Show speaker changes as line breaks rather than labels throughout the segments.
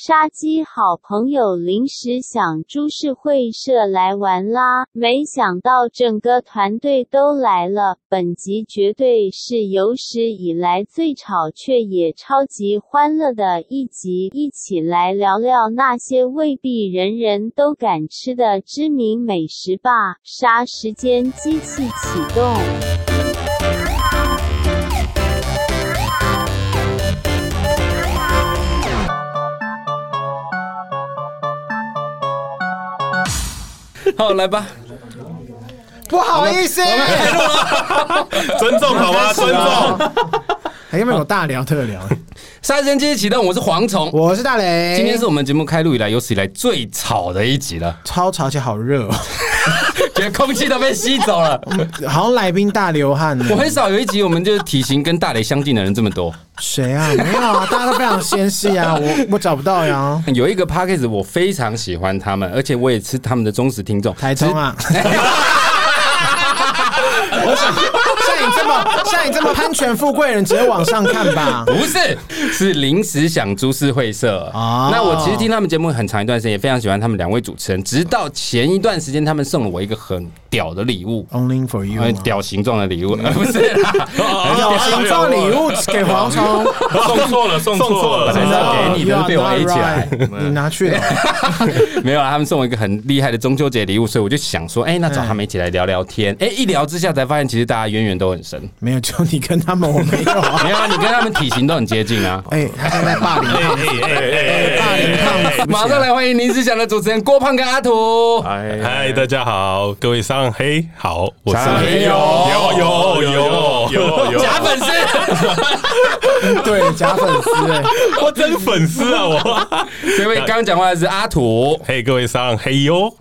杀鸡好朋友临时想株式会社来玩啦，没想到整个团队都来了。本集绝对是有史以来最吵却也超级欢乐的一集，一起来聊聊那些未必人人都敢吃的知名美食吧。杀时间机器启动。
好，来吧，
不好意思，
尊重好吗？尊
啊
重。
还有哎没有大聊特聊？
杀时间机器启动，我是蝗虫。
我是大雷，
今天是我们节目开录以来有史以来最吵的一集 了，
超潮，而且好热、哦，
连空气都被吸走了。
好像来宾大流汗呢。
我很少有一集我们就是体型跟大雷相近的人这么多。
谁啊？没有啊，大家都非常纤细 啊，我我找不到呀。
有一个 p a c k a g e 我非常喜欢他们，而且我也是他们的忠实听众。
台中啊， 我想像你这么像你这么攀权富贵人，只有往上看吧。
不是，是临时想株式会社。
哦
那我其实听他们节目很长一段时间，也非常喜欢他们两位主持人。直到前一段时间，他们送了我一个很屌的礼物，
Only for you，
很哎屌形状的礼物，
嗯
呃不是啦，
有形状礼物给 蝗虫，
送错了，送错
本来是
了。
要给你的，被我 A 起来。
你拿 去了。
没有啊，他们送我一个很厉害的中秋节礼物，所以我就想说，哎、那找他们一起来聊聊天。哎、一聊之下才发现，其实大家渊源都很深。
没有，就你跟他们，我没有啊。
没有啊，你跟他们体型都很接近啊。
哎、他现在霸凌胖子，霸凌胖
欸
子，
啊
马上来欢迎林思祥的主持人郭胖跟阿图。
哎
哎
嗨，大家好，各位上黑好，我是
上黑有
有有有有
假 粉丝，
对假粉丝、哎
我真粉丝啊我。
这位刚刚讲话的是阿土。
嘿，各位上黑哟，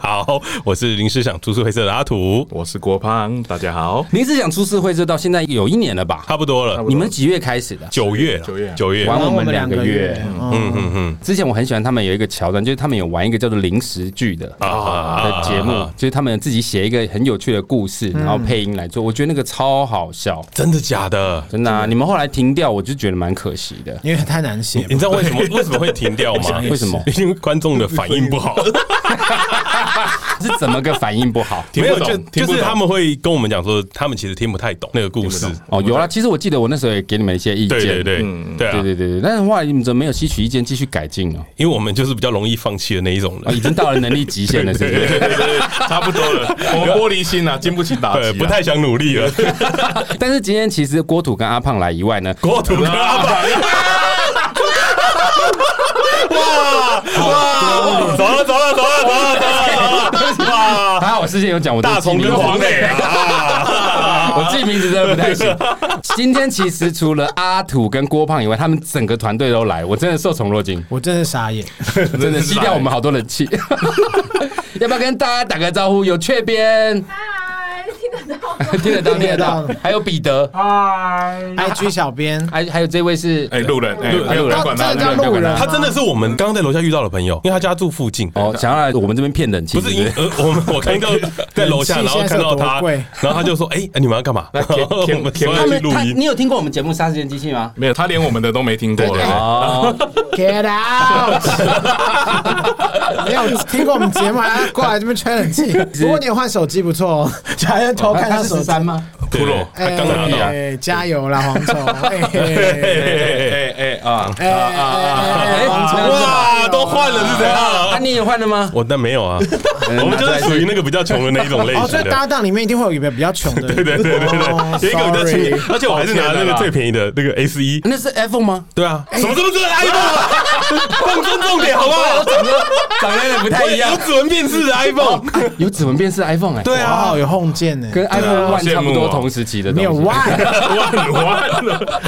好，我是临时想株式会社的阿土，
我是郭胖，大家好。
林思祥出社会这到现在有一年了吧？
差不多了，
你们几月开始的？
九月了
九月
九月，
玩
玩
我
我
们
们
两
两
个
个
月
月。
嗯嗯嗯，
之前我很喜欢他们有一个桥段，就是他们有玩一个叫做零食剧的的
啊嗯
节目，就是他们自己写一个很有趣的故事，然后配音来做，我觉得那个超好笑。
真的假的？
真的、啊，你们后来停掉，我就觉得蛮可惜的。
因为太难写嘛
你。知道为什么为什么会停掉吗？
为什么
因为观众的反应不好。
是怎么个反应不 好？
听
没
不
有，
懂
就
听
就
不
是
懂
他们会跟我们讲说，他们其实听不太懂那个故事。
哦，有啦，其实我记得我那时候也给你们一些意见，
对对对对
对
啊！
对对对但是后来你们怎么没有吸取意见，继续改进 呢？
因为我们就是比较容易放弃的那一种
啊，
人，
已经到了能力极限了，是不
对
是？
对对， 差不多了。我们玻璃心啊，经不起打击、
对，不太想努力了。
但是今天其实郭土跟阿胖来以外呢，
国土跟阿板，哇哇！走了走了走了走了走了！哇，
还好啊我事先有讲，我都
大
记
虫
名
跟
字
黄磊啊！
我记名字真的不太 行。今天其实除了阿土跟郭胖以外，他们整个团队都来，我真的受宠若惊，
我真的傻眼。
真的吸掉我们好多人气。 要不要跟大家打个招呼？有雀边，
嗨，听得到吗？？
听得到，听得到
听得，到
还有彼得，
IG 小编，
还还有这位是
哎，路人，哎，
路
没有人管他
这个。叫
没有
路
人管
人吗，
他真的是我们刚刚在楼下遇到的朋友，因为他家住附近。
哦，想要来我们这边骗人气，
不是，因
是
呃，我们我看到在楼下，
冷
然
气
后
现在
看到他
是有多贵，
然后他就说：“哎，哎你们要干嘛？”
那填填
我们
填
说
他
要去
们
录
他，
音。
你有听过我们节目《杀时间机器》吗？
没有，他连我们的都没听过了。
哦，
Get out！没有听过我们节目，还过来这边吹冷气。不过你有换手机不错哦，还要偷看他手机。
吗？
骷髅，他刚拿到。
哎，加油啦，黄总！哎
哎
哎
哎哎啊！
哎哎，黄总
哇，都换了是怎
啊，
样？
你也换了吗？
我但没有啊，我们就是属于那个比较穷的那一种类
哦，所
型
以
的。
搭档里面一定会有一个比较穷的人。对
对对对对，有一个比较便宜，而且我还是拿那个最便宜的那个 S 一。
那是 iPhone 吗？
对啊，什么这么这 iPhone？放尊重点好不好？
长得长得有点不太一样啊
有，指纹辨识 的 iPhone。
有指纹辨识 iPhone 哎，
对啊，
哇，有红箭呢，
跟 iPhone
好
One
羡慕哦
差不多同时期的
没有
东西。
Y，
哎啊
万万了，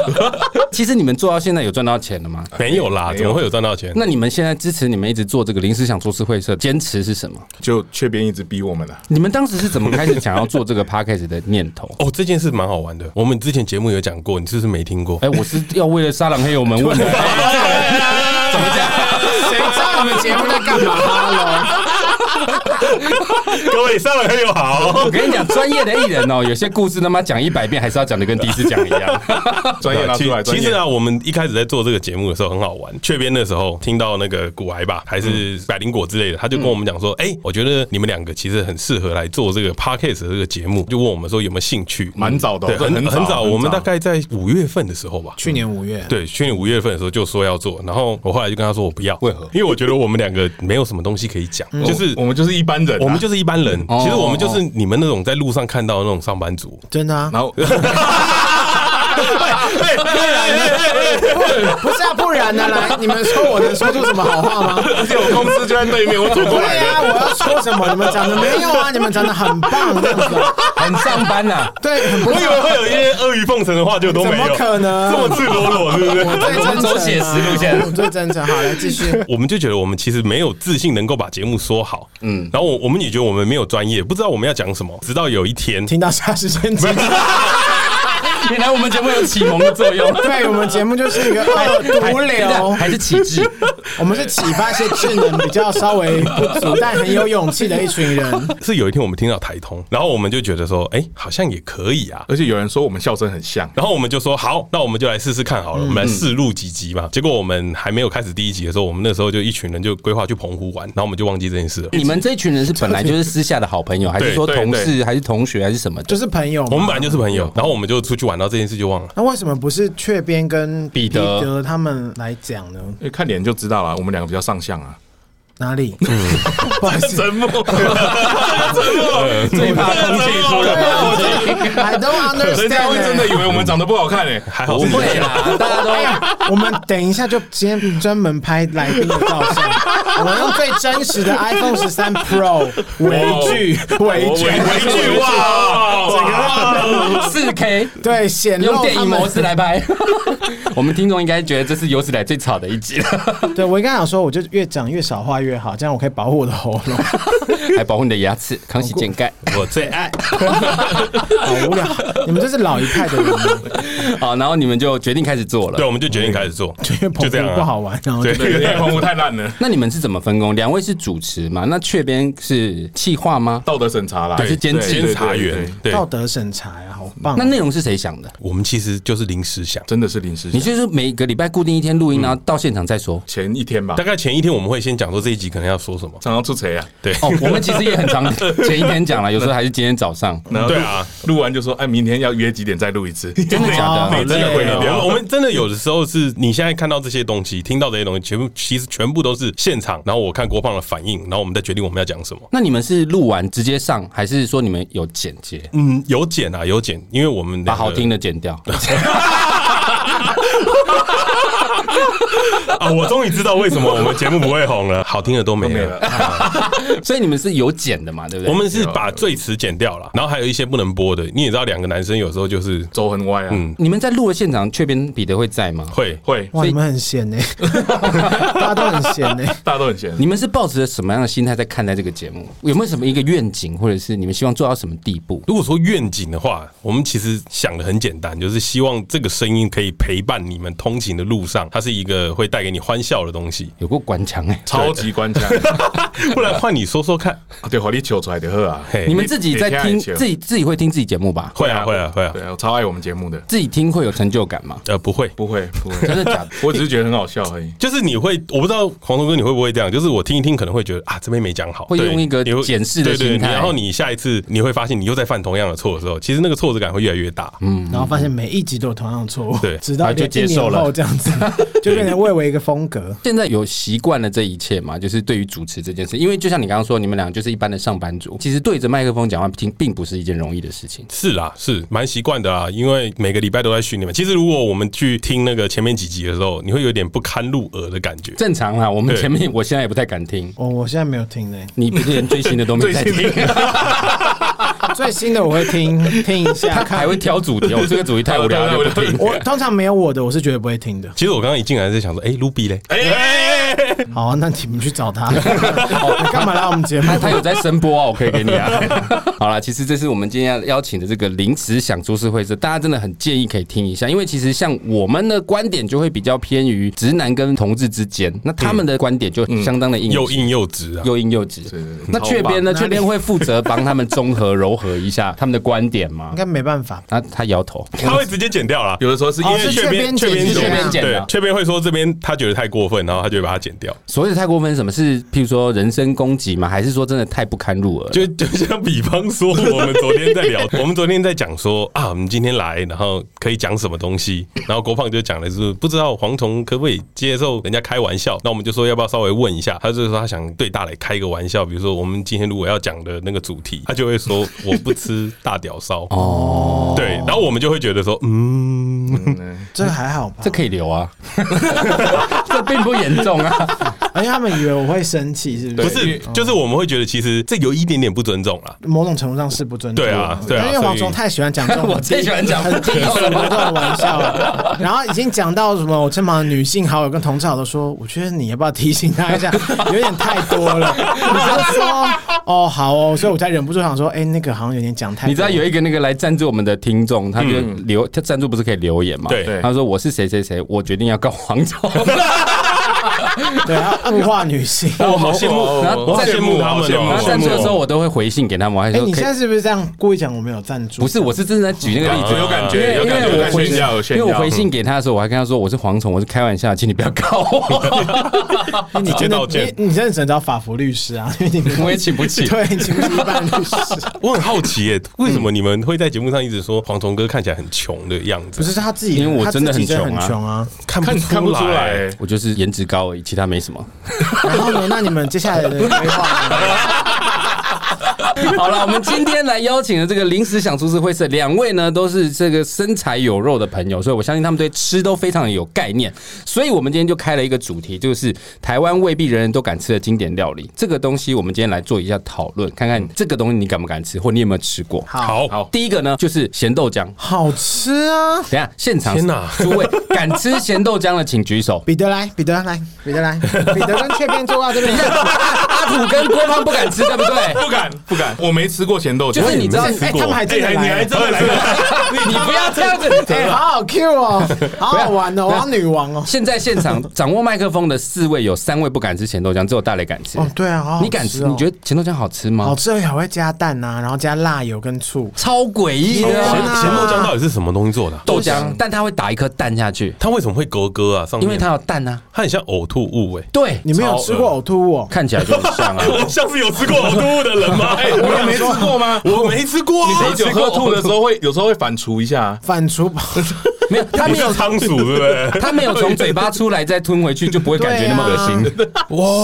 其实你们做到现在有赚到钱了吗？
没有啦，怎么会有赚到钱？
那你们现在支持你们一直做这个临时想做事会社，坚持是什么？
就缺边一直逼我们啊了。
你们当时是怎么开始想要做这个 podcast 的念头？
哦，这件事蛮好玩的。我们之前节目有讲过，你是不是没听过？
哎，我是要为了沙朗黑友们 问的。
啊谁知道你们节目在干嘛？Hello，
各位三位朋友好
我。跟你讲，专业的艺人哦，有些故事他妈讲一百遍，还是要讲的跟第一次讲一样。
专业拿出来。
其其
专业
实，啊，我们一开始在做这个节目的时候很好玩。雀边的时候听到那个古癌吧，
嗯
还是百灵果之类的，他就跟我们讲说：“哎、我觉得你们两个其实很适合来做这个 podcast 的这个节目。”就问我们说有没有兴趣？
蛮早的哦
对，
这
很
很早
早。
很
我们
早
大概在五月份的时候吧。
去年五月，
对，去年五月份的时候就说要做，然后我后来就跟他说我不要，
为何
因为我觉得我们两个没有什么东西可以讲，就是
嗯我们就是一般人啊，
我们就是一般人。
哦
其实我们就是你们那种在路上看到的那种上班 族，
真的啊，
然后啊
不是啊，不然呢？来，你们说我能说出什么好话 吗？
而且我公司就在对面，我走过
对
来
呀、
的。
我要说什么？你们讲的没有 啊？你们讲的很棒，这样子，
很上班啊呐、
对，很不
我以 为会有一些阿谀奉承的话，就都
怎
没
么
有，
可能？
这么赤裸裸，是不是？
我最真诚、啊，
我们走写实路线
我最真诚。好，来继续。
我们就觉得我们其实没有自信能够把节目说好，嗯，然后我我们也觉得我们没有专业，不知道我们要讲什么。直到有一天，
听到下时间节目，
原来我们节目有启蒙的作 用，
对我们节目就是一个哦毒 瘤，
还是启 智。
我们是启发一些智能比较稍微不足但很有勇气的一群人。
是有一天我们听到台通，然后我们就觉得说，哎、好像也可以啊。
而且有人说我们笑声很像，
然后我们就说好，那我们就来试试看好了，我们来试录几集嘛。结果我们还没有开始第一集的时候，我们那时候就一群人就规划去澎湖玩，然后我们就忘记这件事了。
你们这群人是本来就是私下的好朋友，还是说
对对
同事，还是同学，还是什么 的？
就是朋友嘛，
我们本来就是朋友，然后我们就出去玩，然后这件事就忘了。
那为什么不是雀边跟
彼得
他们来讲呢？
因为看脸就知道了，我们两个比较上相啊。
哪里？
嗯
不好意思。
默，
最怕
啊
空气出来。
I don't
人
understand
家会真的以为我们长得不好啊看诶。
嗯还好
不
是你
会啦，啊大家都
欸我们等一下就今天专门拍来宾的照相，我们用最真实的 iPhone 十三 Pro 微距微
我
距
围围句哇，整
四 K
对显
用
露
电
他
影
们
模式啊来拍。 我们听众应该觉得这是有史以来最吵的一集了，
对我刚想说，我就越讲越少话越好，这样我可以保护我的喉咙。
还保护你的牙齿，康熙健钙。
我最爱。
好无聊，你们这是老一派的人吗，
好，然后你们就决定开始做
对，
了。
我们就决定开始做，
因为澎
就这样
湖
啊
不好玩，然后就
对
个，因为澎湖太烂了，
那你们是怎么分工？两位是主持嘛？那雀边是企划吗？
道德审查啦，
还是监制
对
监察员。，对，
道德审查呀，好棒啊
那。内容是谁想的？
我们其实就是临时想。
真的是临时
你
想。
就是每个礼拜固定一天录音，然后到现场再说。
前一天吧
大，概前一天我们会先讲说这一集可能要说什么，
常常出谁啊？
对，
哦，我们其实也很常 前一天讲了，有时候还是今天早上。
然后
对啊，
录完就说，哎，明天要约几点再录 一次？真
的假
哦
的
真的会
我
聊
们。我们真的有的时候是你现在看到这些东西，听到这些东西，全部其实全部都是现场，然后我看郭胖的反应，然后我们再决定我们要讲什么。
那你们是录完直接上，还是说你们有剪接，
嗯，有剪啊，有剪，因为我们两个
把好听的剪掉？
啊，我终于知道为什么我们节目不会红了，好听的都没
都没
了。
了，啊
所以你们是有剪的嘛？对不对？
我们是把最词剪掉了，然后还有一些不能播的。你也知道，两个男生有时候就是
走很歪啊。
嗯
你们在录的现场，雀边彼得会在吗？
会
会，
哇，你们很闲 呢，大家都很闲呢。
大家都很闲。
你们是抱持着什么样的心态在看待这个节目？有没有什么一个愿景，或者是你们希望做到什么地步？
如果说愿景的话，我们其实想的很简单，就是希望这个声音可以陪伴你们通勤的路上，它是一个会带给你欢笑的东 西。
有过官腔哎、
超级关键，
不然换你说说看，
啊 对，火力球出来的喝啊，
嘿
你们自己在听
你你
自己自己会听自己节目吧？
会啊会啊会啊，
对啊，我超爱我们节目的，
自己听会有成就感 吗？
呃不会。
不会不
真 的
会，
假的？
我只是觉得很好笑而已。
就是你会，我不知道黄东哥你会不会这样，就是我听一听可能会觉得啊这边没讲好，
会
对
用一个
你会
检视的
对对
心态
然后你下一次你会发现你又在犯同样的错的时候，其实那个挫折感会越来越大。嗯，
然后发现每一集都有同样的错误，
对
直到
然后就
一
接
年
受了
后这样 子，就变成蔚为一个风格。
现在有习惯了这一切嘛？就是对于主持这件事，因为就像你刚刚说，你们俩就是一般的上班族，其实对着麦克风讲话听并不是一件容易的事情。
是啦，是蛮习惯的啦，因为每个礼拜都在训练嘛。其实如果我们去听那个前面几集的时候，你会有点不堪入耳的感觉。
正常啊啦，我们
对
前面我现在也不太敢听，
我我现在没有听欸呢，
你不是连最新的都没 在听，
最新的我会听听一下，
他还
看。
会挑主题，我这个主题太无 聊了，就不听。
我通常没有我的，我是绝对不会听的。
其实我刚刚一进来在想说，哎、卢比嘞，
哎，
好啊，那你们去 找他，你干嘛来我们节目？
他有在声波啊，我可以给你啊。 好啦，其实这是我们今天要邀请的这个临时想株式会社，大家真的很建议可以听一下，因为其实像我们的观点就会比较偏于直男跟同志之间，那他们的观点就相当的硬，
又硬又直啊，
又硬又直。那雀边呢？
哪里
雀边会负责帮他们综合柔合一下他们的观点吗
应？该没办法。
啊，他摇头。
他会直接剪掉啦。
有的时候是因
哦
为
是
雀边
雀边
雀
剪
边
的
对，雀边会说这边他觉得太过分，然后他就会把它剪掉。
所谓的太过分，什么是譬如说人身攻击吗？还是说真的太不堪入耳？
就就像比方说，我们昨天在 聊，我们昨天在讲说啊，我们今天来，然后可以讲什么东西，然后郭胖就讲的是不知道蝗虫可不可以接受人家开玩笑，那我们就说要不要稍微问一下，他就说他想对大磊开一个玩笑，比如说我们今天如果要讲的那个主题，他就会说我不吃大屌烧 哦，对，然后我们就会觉得说嗯，
这还好吧
这？可以留啊， 这并不严重啊。
而且他们以为我会生气，是不
不
是？
是，就是我们会觉得其实这有一点点不尊重啦。
某种程度上是不尊重。
对啊对啊
因为
所以
黄虫太喜 欢讲这种，
我最喜欢讲
很低俗的这种玩笑了。 然后已经讲到什么，我身旁的女性好友跟同事好友说，我觉得你要不要提醒他一下，有点太 多了。你就说哦好哦，所以我才忍不住想说，哎，那个好像有点讲太多。
你知道有一个那个来赞助我们的听众，他就
嗯
留他赞助不是可以留言吗？
对
他说我是谁谁谁，我决定要告黄 总。
哦
对啊，物化 女性。哎
我好羡慕，
然
我
后
好
赞
羡慕他们
然
哦
后，赞助的时候，我都会回信给他们，我还
哎，
说可
你
以
现在是不是这样故意讲我们有赞助？
不是，我是真的在举那个例子。
哦有感
因为
觉，有
因
感觉，
为我回
有炫耀，有炫
因
耀。
为我回信给他的时候，我还跟他说我是蝗虫，我是开玩笑，请你不要告 我，
因为你啊真
直接
的
道歉
你你真的只能找法服律师啊， 因为你没有
我也请不起。
对，你不是一般律师。
我很好奇耶，为什么你们会在节目上一直说黄虫哥看起来很穷的样子？
不是他自己，
因为我
他自
真的很
己真的
穷啊
很穷啊。
看
看看不出来、
欸，
我就是颜值高而已，其他没什么。
啊然后呢？那你们接下 来的规划呢？
好了，我们今天来邀请的这个临时想出事会社两位呢，都是这个身材有肉的朋友，所以我相信他们对吃都非常有概念。所以我们今天就开了一个主题，就是台湾未必人人都敢吃的经典料理。这个东西我们今天来做一下讨论，看看这个东西你敢不敢吃，或你有没有吃过。
好，
好，第一个呢就是咸豆浆。
好吃啊！
等一下，现场
天哪
诸位敢吃咸豆浆的请举手。
彼得来，彼得来，彼得来，彼 得跟雀边坐啊到这边。哎
阿土跟郭胖不敢吃，对不对？
不敢不敢，我没吃过咸豆浆，
就是你知道
我也没吃
哎
过，
他们还真的
哎
来
你还真的来了，
你不要这 样子。
哎，好好 Q 哦，好好玩
啊
哦，我要女王哦。
现在现场掌握麦克风的四位，有三位不敢吃咸豆浆，只有大雷敢吃。
哦，对啊，好好
你敢吃？
哦
你觉得咸豆浆好吃
好
吗？
吃而且还会加蛋呐，然后加辣油跟醋。
超诡异的
咸
天
啊
哪
咸豆浆到底是什么东西做的啊、
豆浆，但它会打一颗蛋下去，
它为什么会格格啊？上面
因为它有蛋啊。
它很像呕吐物哎、
对，
你们有吃过呕吐物哦？
看起来就很 像啊。
我像是有吃过呕吐物的人吗？哎，
我也没吃过吗？
我没吃过啊、
你酒喝吐的时候会有时候会反刍一下，
反刍吧，
没有，它
你
没
是
有，
仓鼠对不对？
它没有从嘴巴出来再吞回去，就不会感觉那么恶心。
啊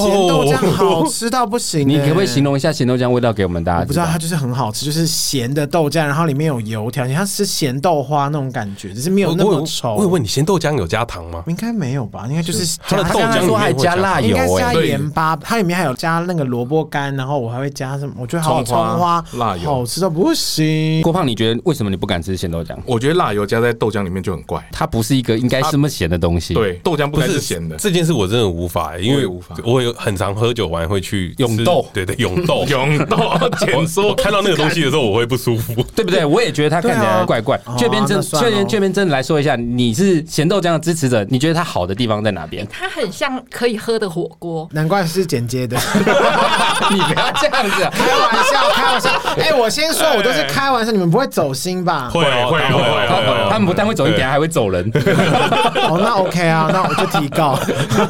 咸豆浆好
哇，
吃到不行。
哦你可不可以
哎
形容一下咸豆浆味道给我们大家？
我不知道，它，就是很好吃，就是咸的豆浆，然后里面有油条，你像吃咸豆花那种感觉，只是没有
我
那
我
么
有
稠。
我有问你，咸豆浆有加糖吗？
应该没有吧？应该就是
它的
加
豆
他
浆
刚
里
说
面
还
会
加辣
应
油
该是加
哎。
对
盐巴，它里面还有加那个萝卜干，然后我还会加什么？我觉得好好
葱花
葱花
辣油
好吃到不行。
郭胖，你觉得为什么你不敢吃咸豆浆？
我觉得辣油加在豆浆里面就很怪。
它不是一个应该这么咸的东西。，
对，豆浆不
不
该是
是
咸的，
这件事我真的无法、因
我
为
也无法。
我有很常喝酒完会去
永
吃
豆
对对，永豆
永豆简
我
说
我看到那个东西的时候，我会不舒服。
对不对？我也觉得它看起
对
来
啊
怪怪
哦。
这边真，
那算
这
了
边这边真的来说一下，你是咸豆浆的支持者，你觉得它好的地方在哪边
它很像可以喝的火锅，
难怪是剪接的，
你不要这样子啊。
开玩笑，开 玩笑。哎，我先说，我都是开玩笑，你们不 会走心吧？
会哦
会
会
会
哦
会
会哦
他们不但啊会走音，
对
等下还会走人。
哦，那 OK 啊，那我就提 告。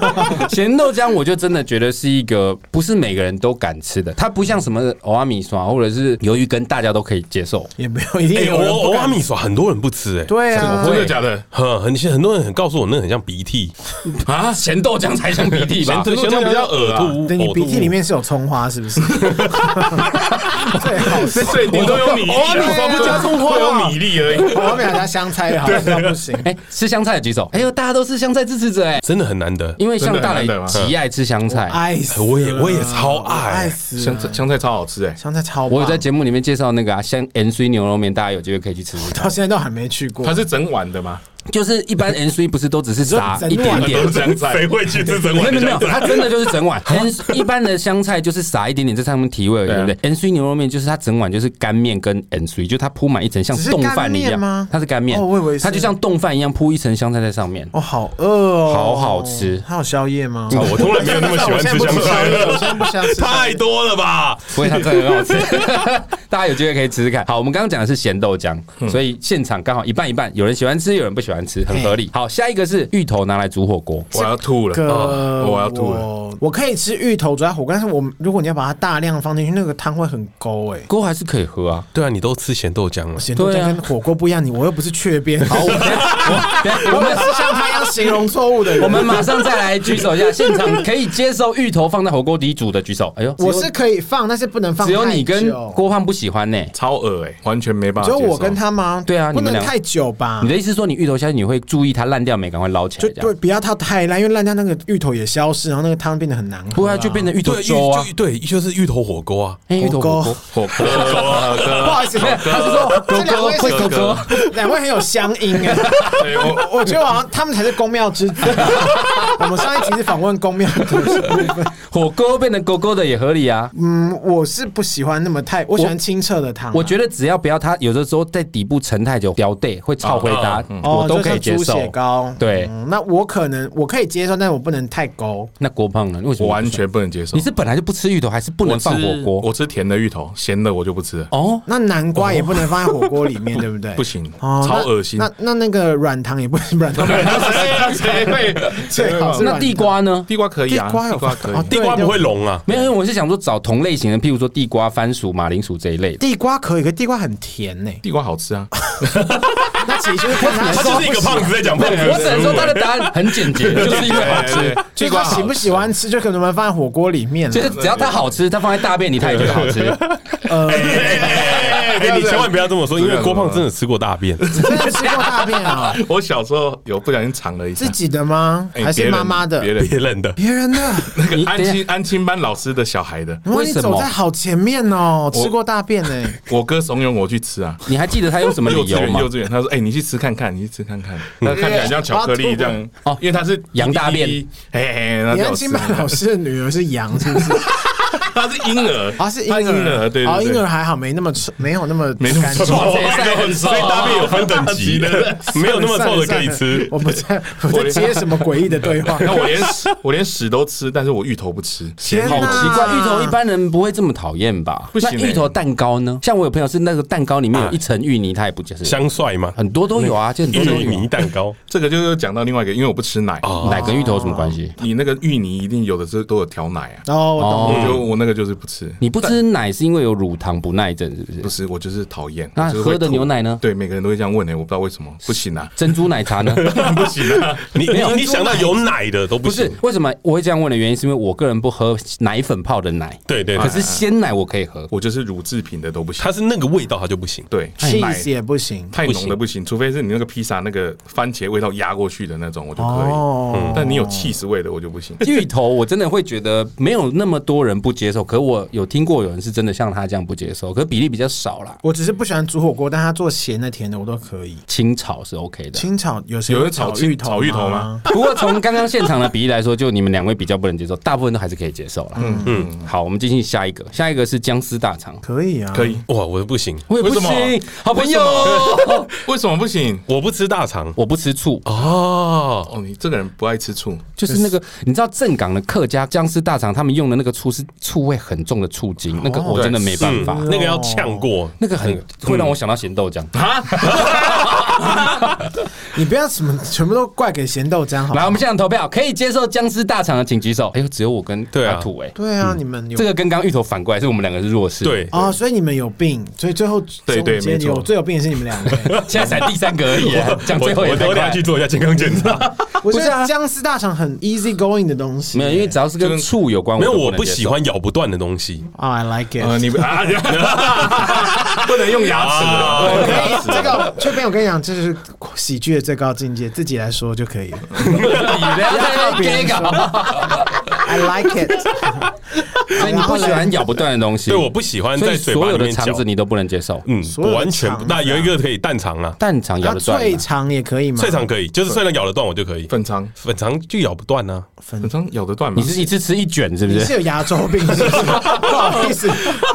咸豆浆，我就真的觉得是一个不是每个人都敢吃的，它不像什么欧阿米刷或者是鱿鱼羹，大家都可以接受。
也没有一定
哎，
有人
我
不
我阿
敢。
米耍很多人不吃哎，
对啊，
真的假的？
很很很多人很告诉我那很像鼻涕，
啊，咸豆浆才像鼻涕吧？
咸豆浆比较恶啊
呕吐
对你鼻涕里面是有葱花，是不是？最好吃。
最顶多有米粒啊，
我米饭不加葱花啊
会有米粒而已。
我们俩加香菜也好吃到不 行。
哎，吃香菜的举手。哎呦，大家都是香菜支持者哎，
真的很难得。
因为像
真的
大
很
磊
难得吗
极爱吃香菜。
爱死了！
我也我也超爱
爱死了！
香菜香菜超好吃哎，
香菜超棒，
我有在节目里面介绍那个啊，香盐水牛肉面，大家有机会可以去吃吃看。
到现在都还没去过
它。是整碗的吗？
就是一 般 N C 不是都只是撒
整
一点
碗
点
都。是香菜，
谁会去吃整
没
碗
有
的
没有
香
没有，
菜？
它真的就是 整碗。N
啊
一般的香菜就是撒一点点在上面提味而已，
对
对
啊
不对？N C 牛肉面就是它整碗就是干面跟 N C，就它铺满一层像
只是
冻
干
饭一
面
样
吗
它是干面，
哦我以为是
它就像冻饭一样铺一层香菜在上面。
哦，好饿哦，
好好吃
它有宵夜吗？
啊
哦
我从来没有那么喜欢吃香菜
我现在不吃宵夜我现在不吃宵夜
了，太多了吧？
不会，它真的很好吃， 大家有机会可以吃吃看。好，我们刚刚讲的是咸豆浆，
嗯
所以现场刚好一半一半，有人喜欢吃，有人不喜欢吃，很合理。好，下一个是芋头拿来煮火锅，
我要吐了，
个
啊
哦我要吐了。
我我可以吃芋头煮在火锅，但是我如果你要把它大量放进去，那个汤会很勾哎、欸。
锅还是可以喝 啊。
对啊，你都吃咸豆浆了，
咸豆浆
对啊
跟火锅不一样，你我又不是缺边，
好，我们我我
我
们
也是像他一样形容错误的人。
我们马上再来举手一下，现场可以接受芋头放在火锅底煮的举手。哎呦，只有
我是可以放，但是不能放
只有你
太
跟
久
郭胖不喜欢呢、
超恶哎、完全没办法
只
接
有
受。
我跟他吗？
对啊
不
你们
能
俩
太久吧？
你的意思是说你芋头下去你会注意它烂掉没，赶快捞起
就
来这
对，
样？
不要它太烂，因为烂掉那个芋头也消失，然后那个汤变得很难喝、啊。
不然就变成芋头
对，芋
粥啊
就。对，就是芋头火锅啊。
哎芋头火锅，火锅，
不好意思，他是说这两位
会
是
呃狗狗。
两位很有乡音 哎、
对我
我觉得好像他们才是公庙之子。我们上一集是访问公庙之子，
火锅变成狗狗的也合理啊。
嗯，我是不喜欢那么太，我喜欢清澈的汤啊、
我觉得只要不要它有的时候在底部沉太久，掉队会超回答，我都可以接
啊哦就像
受
猪血。糕，
对
嗯那我可能我可以接受，但是我不能太勾。
那郭胖呢？为什
我
么
完全不能接受。
你是本来就不吃芋头，还是不能
我吃
放火锅？
我吃甜的芋头，咸的我就不吃了，
哦，
那南瓜也不能放在火锅里 面，对不对？
不行，
哦，
超恶心
那。那那那个软糖也不 能，软糖
谁谁会？
最好是
那地瓜呢？
地瓜可以啊，
地瓜有
地瓜可以
哦。
地瓜不会融啊，
没有，因为我是想说找同类型的，譬如说地瓜、番薯、马铃薯这一类 的。
地瓜可以，可地瓜很甜呢、
地瓜 好吃啊，
那其实就是看 它
他就是一个胖子在讲胖子
我
的
只
食
能
物
说他的答案很简 洁，就是因为好吃。
地瓜喜不喜欢吃，就可能放在火锅里面
就是
了。
只要它好吃，它放在大便里，它也觉得好吃。
呃
哎，哎你千万不要这么说，因为郭胖真的吃过大便，
真的吃过大便 啊、
我小时候有不小心尝了一下
自，己的吗？
哎
还是妈妈的？
别人
别
别人
人的。
别人的？
那
你
个安
等一下
亲安亲班老师的小孩的，
哇，
为
你
什么
走在好前面哦，吃过大便欸呢、
我哥怂恿我去吃啊。
你还记得他用什么
幼
理
稚
由
园，
吗
幼？稚园，他说：“哎、你去吃看看，你去吃看看。”那看起来像巧克力这样
哦
因为它是
羊大便
滴滴滴，哎哎，哎
你
那
安
叫
亲
吃
班老师的女儿是羊，是不是？
他是婴儿，
啊，是婴
它
儿，
儿，对
哦，
对
婴
对
儿。还好，没那么臭，没有那么
没那么
干
臭
净
哇塞
所以大便有分等级的， 没有那么臭的可以吃。
我不在， 我在接什么诡异的对话？
那我连屎我连屎都吃，但是我芋头不吃，
天
咸芋
好
哪
奇怪，芋头一般人不会这么讨厌吧？
不行
那
欸
芋头蛋糕呢？像我有朋友是那个蛋糕里面有一层芋泥，他也不就是
香帅嘛，
很多都有啊，就很多都
芋泥
有。
蛋糕，
这个就是讲到另外一个，因为我不吃奶，
奶跟芋头有什么关系？
你那个芋泥一定有的是都有调奶啊，
哦，我懂。
哦
我就我那个就是不吃，
你不吃奶是因为有乳糖不耐症，是不
不
是？
是我就是讨厌。
那
我就是会
喝的
吐
牛奶呢
对，每个人都会这样问欸诶，我不知道为什么不行啊。
珍珠奶茶呢？
不行啊！你你你想到有奶的都不
不是
行，，
为什么我会这样问的原因，是因为我个人不喝奶粉泡的奶，
对对，
可是鲜奶我可以喝。
啊我就是乳制品的都不行
它，是那个味道它就不行。
对，奶
cheese 也不行
太浓的不行，除非是你那个披萨那个番茄味道压过去的那种，我就可以。嗯
哦，
但你有 cheese 味的，我就不行。
芋头我真的会觉得没有那么多人不接受，可我有听过有人是真的像他这样不接受，可比例比较少啦。
我只是不喜欢煮火锅，但他做咸的、甜的我都可以。
清炒是 OK 的，
清炒有谁
有
会
人炒
炒
青
芋头
炒芋头吗？
不过从刚刚现场的比例来说，就你们两位比较不能接受，大部分都还是可以接受啦。嗯嗯，好，我们进行下一个，下一个是姜丝大肠，
可以啊，
可以，
哇，我不行，
我也不
为什么
行，好朋友，
为什么不行？
我不吃大肠
我不吃醋，
哦。
哦，你这个人不爱吃醋，
就是那个你知道正港的客家姜丝大肠，他们用的那个醋是醋味很重的醋精，
哦
那个我真的没办法
嗯，那个要呛过，
那个
嗯
很会让我想到咸豆浆。
你不要什么全部都怪给咸豆浆好不
来，
好。
我们现场投票，可以接受姜丝大肠的请举手。哎呦，只有我跟
对啊
阿土哎，
对啊，你们有
这个跟刚刚芋头反过来，是我们两个是弱势。，
对，
哦，所以你们有病，所以最后
对对
总结
没错
有最有病的是你们 两个。
现在才第三个而已，讲
我
最后也
我
太
等下
快
去。做一下健康检查。
我觉
是啊
得姜丝大肠很 easy going 的东西。
没有，因为只要是跟醋有关，
没有，
都
我
能
不
接受
喜。欢咬不断的东西。
啊，I like it。
呃，你 啊，不能用牙齿
啊
哎
啊，
可以，这个这边我跟你讲，这是喜剧的最高境界，自己来说就可以了。
你不要在那边 gay 搞
I like it。
所以你不喜欢咬不断的东西，
对，我不喜欢
所
在
以
嘴巴
所
里
有的
面
肠
嚼
子。你都不能接受，
嗯，
所有
我
的
完全不。
肠
那
子
有一
啊
个可以蛋肠啊，
蛋肠咬
那
得断吗，
脆肠也可以吗？
脆肠可以，就是脆肠咬得断我就可以，
粉肠，
粉肠就咬不断啊。
粉肠咬得断吗
你？是一次吃一卷是不
你
是
是？有牙周病是不是？不好意思，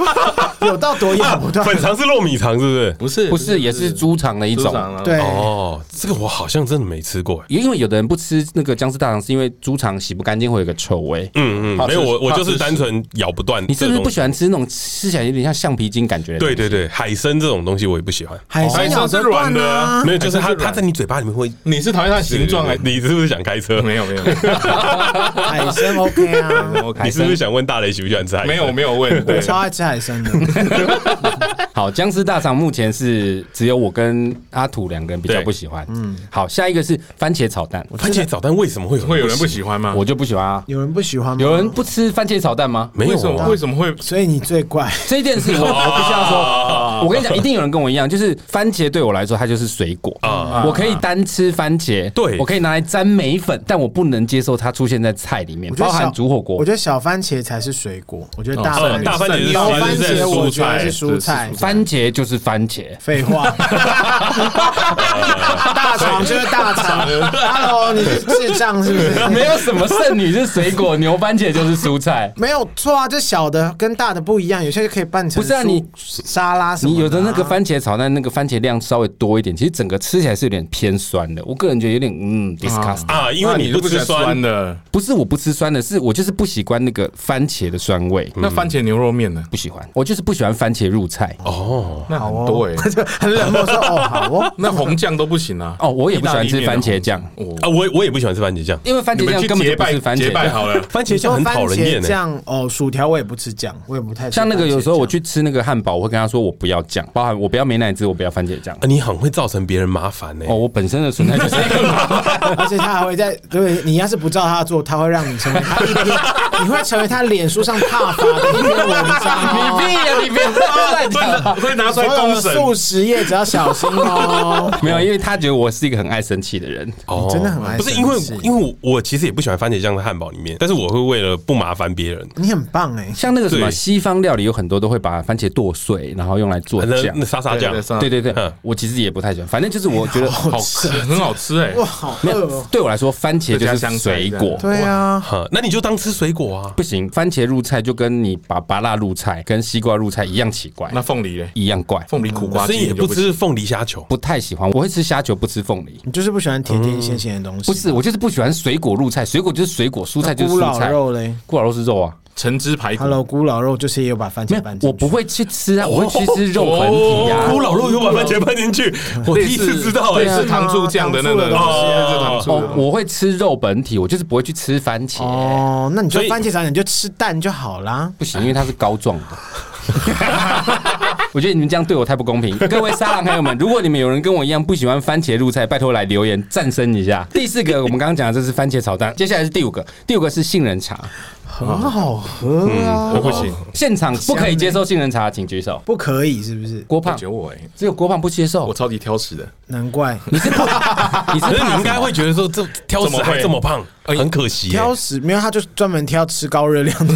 有到多咬不断。
粉肠是糯米肠是不是？
不是
不是，也是猪肠的一
猪
种。
肠啊
对，
哦，这个我好像真的没吃过欸。
因为有的人不吃那个姜丝大肠，是因为猪肠洗不干净会有个臭味。
嗯嗯，
怕
没
吃
有我我
怕
就
吃
是单纯咬不断。
你是不是不喜？欢吃那种吃起来有点像橡皮筋感觉的？
对，对对，海参这种东西我也不喜欢。
海参咬得断啊
没有，就是
海
它它
参是软
在你嘴巴里面会
你是讨厌它的形状还是？
你是不是想开车？
没有没有没有
海参 OK 啊，
，OK，
你是不是想问大雷喜不喜欢吃海参？
没有没有问，
我
对，
超爱吃海参的。
好，姜丝大肠目前是只有我跟阿土两个人比较
对
不喜欢。嗯，好，下一个是番茄炒蛋，
番茄炒蛋为什么会有人
会有人不？喜欢吗？
我就不喜欢啊。
有人不喜欢吗？
有人不吃番茄炒蛋吗？
没
为
有
什么
啊
为，什么会
所以你最怪。
这件事情我我必须要说，我跟你 讲，一定有人跟我一样，就是番茄对我来说它就是水果
啊
我可以单吃番茄，
对
我可以拿来沾梅粉，但我不能接受它出现在菜里面，
我觉得
包
小
含煮火
我
锅
觉。得小番茄才是水果，我觉得大
哦
番
大番茄是
小番
其实是
茄我
蔬
觉得
菜
是蔬菜
是。
番茄就是番茄，
废话，大肠就是大肠。Hello，你是智障是不是？
没有什么剩女是水果，牛番茄就是蔬菜。
没有错啊，这小的跟大的不一样，有些就可以拌成
不是啊
蔬
你
沙拉什 么
你
啊
有的那个番茄炒蛋，那个番茄量稍微多一点，其实整个吃起来是有点偏酸的。我个人觉得有点嗯 disgust。
啊，因为
那
你
你
不
是喜
吃酸
欢酸，的，
不是我不吃酸的，是我就是不喜欢那个番茄的酸味，
那番茄牛肉面呢？
不喜欢。我就是不喜欢番茄入菜。哦
那很多 哎，
就很冷漠说哦好哦，
那红酱都不行啊。
哦，我也不喜欢吃番茄酱，
哦，
啊，我我也不喜欢吃番茄酱，
因为番
你
茄
们
酱
去
根本
结
就不是
拜
番
结
茄
拜
酱。
好 了，
番茄酱
说
很
番
讨人
茄
厌欸的。
酱哦，薯条我也不吃酱，我也不太吃
欸像那个有时候我
番茄酱
去吃那个汉堡，我会跟他说我不要酱，包含我不要美乃滋，我不要番茄酱。
啊，你很会造成别人麻烦呢欸
哦，。我本身的存在就是一个麻烦。
而且他还会在，对你要是不照他做，他会让你成为他一篇，你会成为他脸书上踏伐的一篇文章、
你
哦。
屁呀！你别乱讲吧。
会拿出
所
来
有
公
的
审。
素食业只要小心哦。
没有，因为他觉得我是一个很爱生气的人。
哦
你真的很爱
不是因为
生气
因为我我其实也不喜欢番茄酱在汉堡里面，但是我会为了不麻烦别人，
你很棒 哎、
像那个什么
对
西方料理，有很多都会把番茄剁碎，然后用来做
反正
酱
那。沙沙酱
对对沙
对对对
嗯，
我其实也不太喜欢，反正就是我觉得
好吃，很好吃哎、
哇，好
没
饿
有
哦。。
对我来说，番茄就
再加
是
香菜
水
这
果
样。
对啊，
哈，那你就当吃水果啊。
不行，番茄入菜就跟你把芭辣入菜跟西瓜入菜一样奇怪，
那凤梨嘞？
一样怪，
凤梨苦瓜
所
鸡
以也
你就
不
不行
吃凤梨虾球，
不太喜欢。我会吃虾球，不吃凤梨。
你就是不喜欢甜甜咸咸的东西。
嗯不是，我就是不喜欢水果入菜，水果就是水果，蔬菜就是
咕
蔬
老
菜。
肉嘞
咕老肉是肉啊，
橙汁排骨。
，Hello，咕老肉就是哦也有把番
没
茄
有
拌，进
我
去。
不会去吃啊，我会去吃肉团体啊。
咕老肉有把番茄拌进去，我第一次知道哎
类。
啊
似糖醋酱的那个
对啊糖醋
的东西
是糖醋
哦，
的。
我会吃肉本体，我就是不会去吃番茄。
哦，那你就
所以
番茄炒，你就吃蛋就好啦。
不行，因为它是膏 状的。 我觉得你们这样对我太不公平。各位沙狼朋友们，如果你们有人跟我一样不喜欢番茄入菜，拜托来留言战胜一下。第四个，我们刚刚讲的这是番茄炒蛋，接下来是第五个，第五个是杏仁茶。
很好喝啊，
我不行，
现场不可以接受杏仁茶，请举手。
不可以是不是？
郭
我
胖
酒我哎、
只有郭胖不接
我
受，
超级挑食的，
难怪
你是不你是
可是
啊怕
你
什
应该
么
会觉得说，这挑
怎
食
么会
还这么胖，很可惜欸。
挑食没有，他就是专门挑吃高热 量的。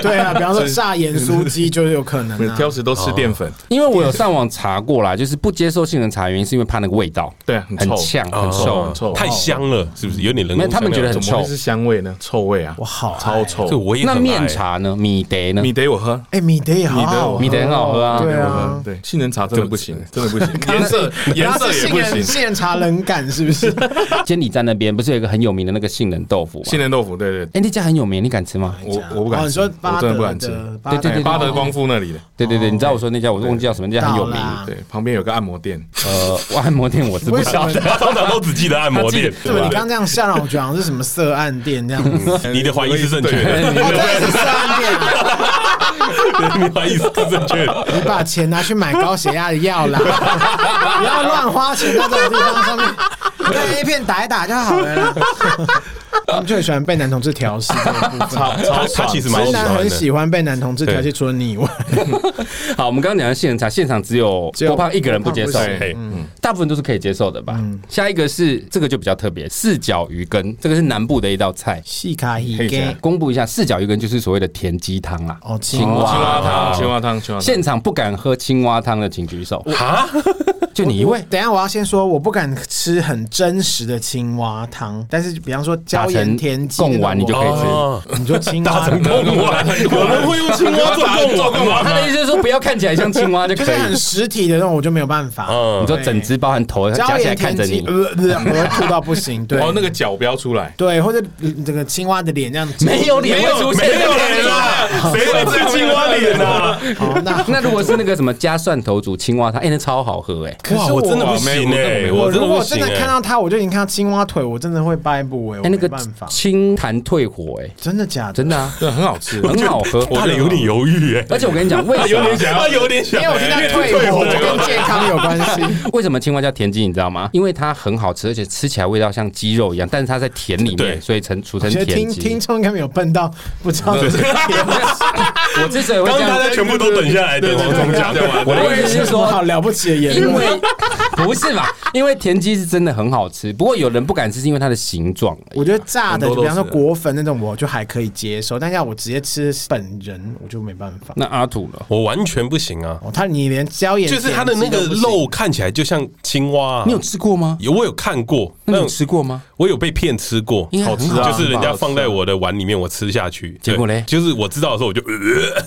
对啊，比方说炸盐酥鸡就是有可能
嗯
啊。
挑食都吃淀粉。
因为我有上网查过啦，就是不接受杏仁茶的原因是因为怕那个味道，
对啊很
很
臭
呛，
哦
很臭，
很臭
太香了，是不是有点人
没有
工
他们
香料
觉得很
啊怎么会
臭
是香味呢？臭味啊！
我好爱
超臭。
这我也
那
很
面
爱
茶呢？米德呢？
米得我喝，
哎，米德也好好喝哦，
米德很好喝啊
对
我喝
啊。
对，杏仁茶真的不行，真的 不行，颜色啊颜
然后是
色也
杏
不
仁
行。
杏仁茶冷感是不是？
监理站那边不是有一个很有名的那个杏仁豆腐吗？
杏仁豆腐，对对
哎、那家很有名，你敢吃吗？
我我不敢吃
哦你说巴
我
德
真
的
的不敢吃
巴
对对
对，
对
巴德光复那里的，
对对对，你知道我说那家，我忘记叫什么，那家很有名
到。啦
对，旁边有个按摩店，
呃，按摩店我是不
为
晓
什么
得。
他通常都只记得按摩店，
他记
对
对
你刚
不对
刚这样笑让我觉得好像是什么色暗店这样子。哦，
你的怀疑是正确的，
真的是色暗店啊！
你怀疑是正确的。
你把钱拿去买高血压的药 啦，不要乱花钱在这种地方上面。在 A 片打一打就好了啦。他们就很喜欢被男同志调戏这一部分。
他他其实蛮
直
喜
男
欢
很
的。
喜欢被男同志调戏，
对
除了你以外，
好，我们刚刚讲的现场，现场只有
只有
郭胖一个人不接受
郭，
胖不
嘿，
大部分都是可以接受的吧？下一个是这个就比较特别，四角鱼羹，这个是南部的一道菜。
细卡
嘿
一
这
给
样
公布一下，四角鱼羹就是所谓的田鸡汤啦。
哦，青
青
青
蛙
蛙汤，青蛙汤，青蛙汤。
现场不敢喝青蛙汤的，请举手。
啊，
就你一位，
等一下，我要先说，我不敢吃很真实的青蛙汤，但是比方说椒盐田鸡
打成贡丸你就可以吃
哦
吃。你说青
大
蛙
成贡丸，我们会用青蛙做贡
他
丸。
的意思是说不要看起来像青蛙就
就
可
是
以。
很实体的那种，我就没有办法。
你
嗯，
说整只包含头
椒
夹哦起来
盐
看
田
着
鸡，
你
呃，，呃我会吐到不行。对，
哦，那个脚不要出来，
对，或者呃这个青蛙的脸这样子。
没有脸会出现
没有脸啦，谁会吃青蛙脸啊？
好，哦那
那如果是那个什么加蒜头煮青蛙 汤，哎、那超好喝哎、
可
哇，
是
我
我
真的不行哎，
我如
真的
果
不
真
行
的看
哎。
到它，我就已经看到青蛙腿，我真的会掰不哎，我
哎、那
没
个
办法。
清痰退火哎、
真的假的？
真的 啊，
对，很好吃。
很好喝。
他脸有点犹豫哎，
而且我跟你 讲，为什么
他有点想，
因为我听到退火跟健康有 关系。
为什么青蛙叫田鸡，你知道吗？因为它很好吃，而且吃起来味道像鸡肉一样，但是它在田里面，
对
所以成俗
我
称
觉得听
田鸡
听。众应该没有笨到不知 道。
我之所以会
刚
这
刚大
样，
家全部都等下来等王总讲完，
我的意思是
什么
说
好，了不起的言
因
论？
为不是嘛？因为田鸡是真的很好吃，不过有人不敢吃，是因为它的形状而已。
我觉得炸的，
很多都
就比方说
是
果粉那种，我就还可以接受，但要我直接吃本人，我就没办法。
那阿土呢？
我完全不行啊，
哦，他你连椒盐
就是它的那
田
个
鸡都不行
肉看起来就像青蛙、啊。
你有吃过吗？
有我有看过，
那
那
你有吃过吗？
我有被骗吃过，
应该很好吃啊
就是人家放在我的碗里面，我吃下去，
结果
对
嘞
就是我知道的时候我就呃，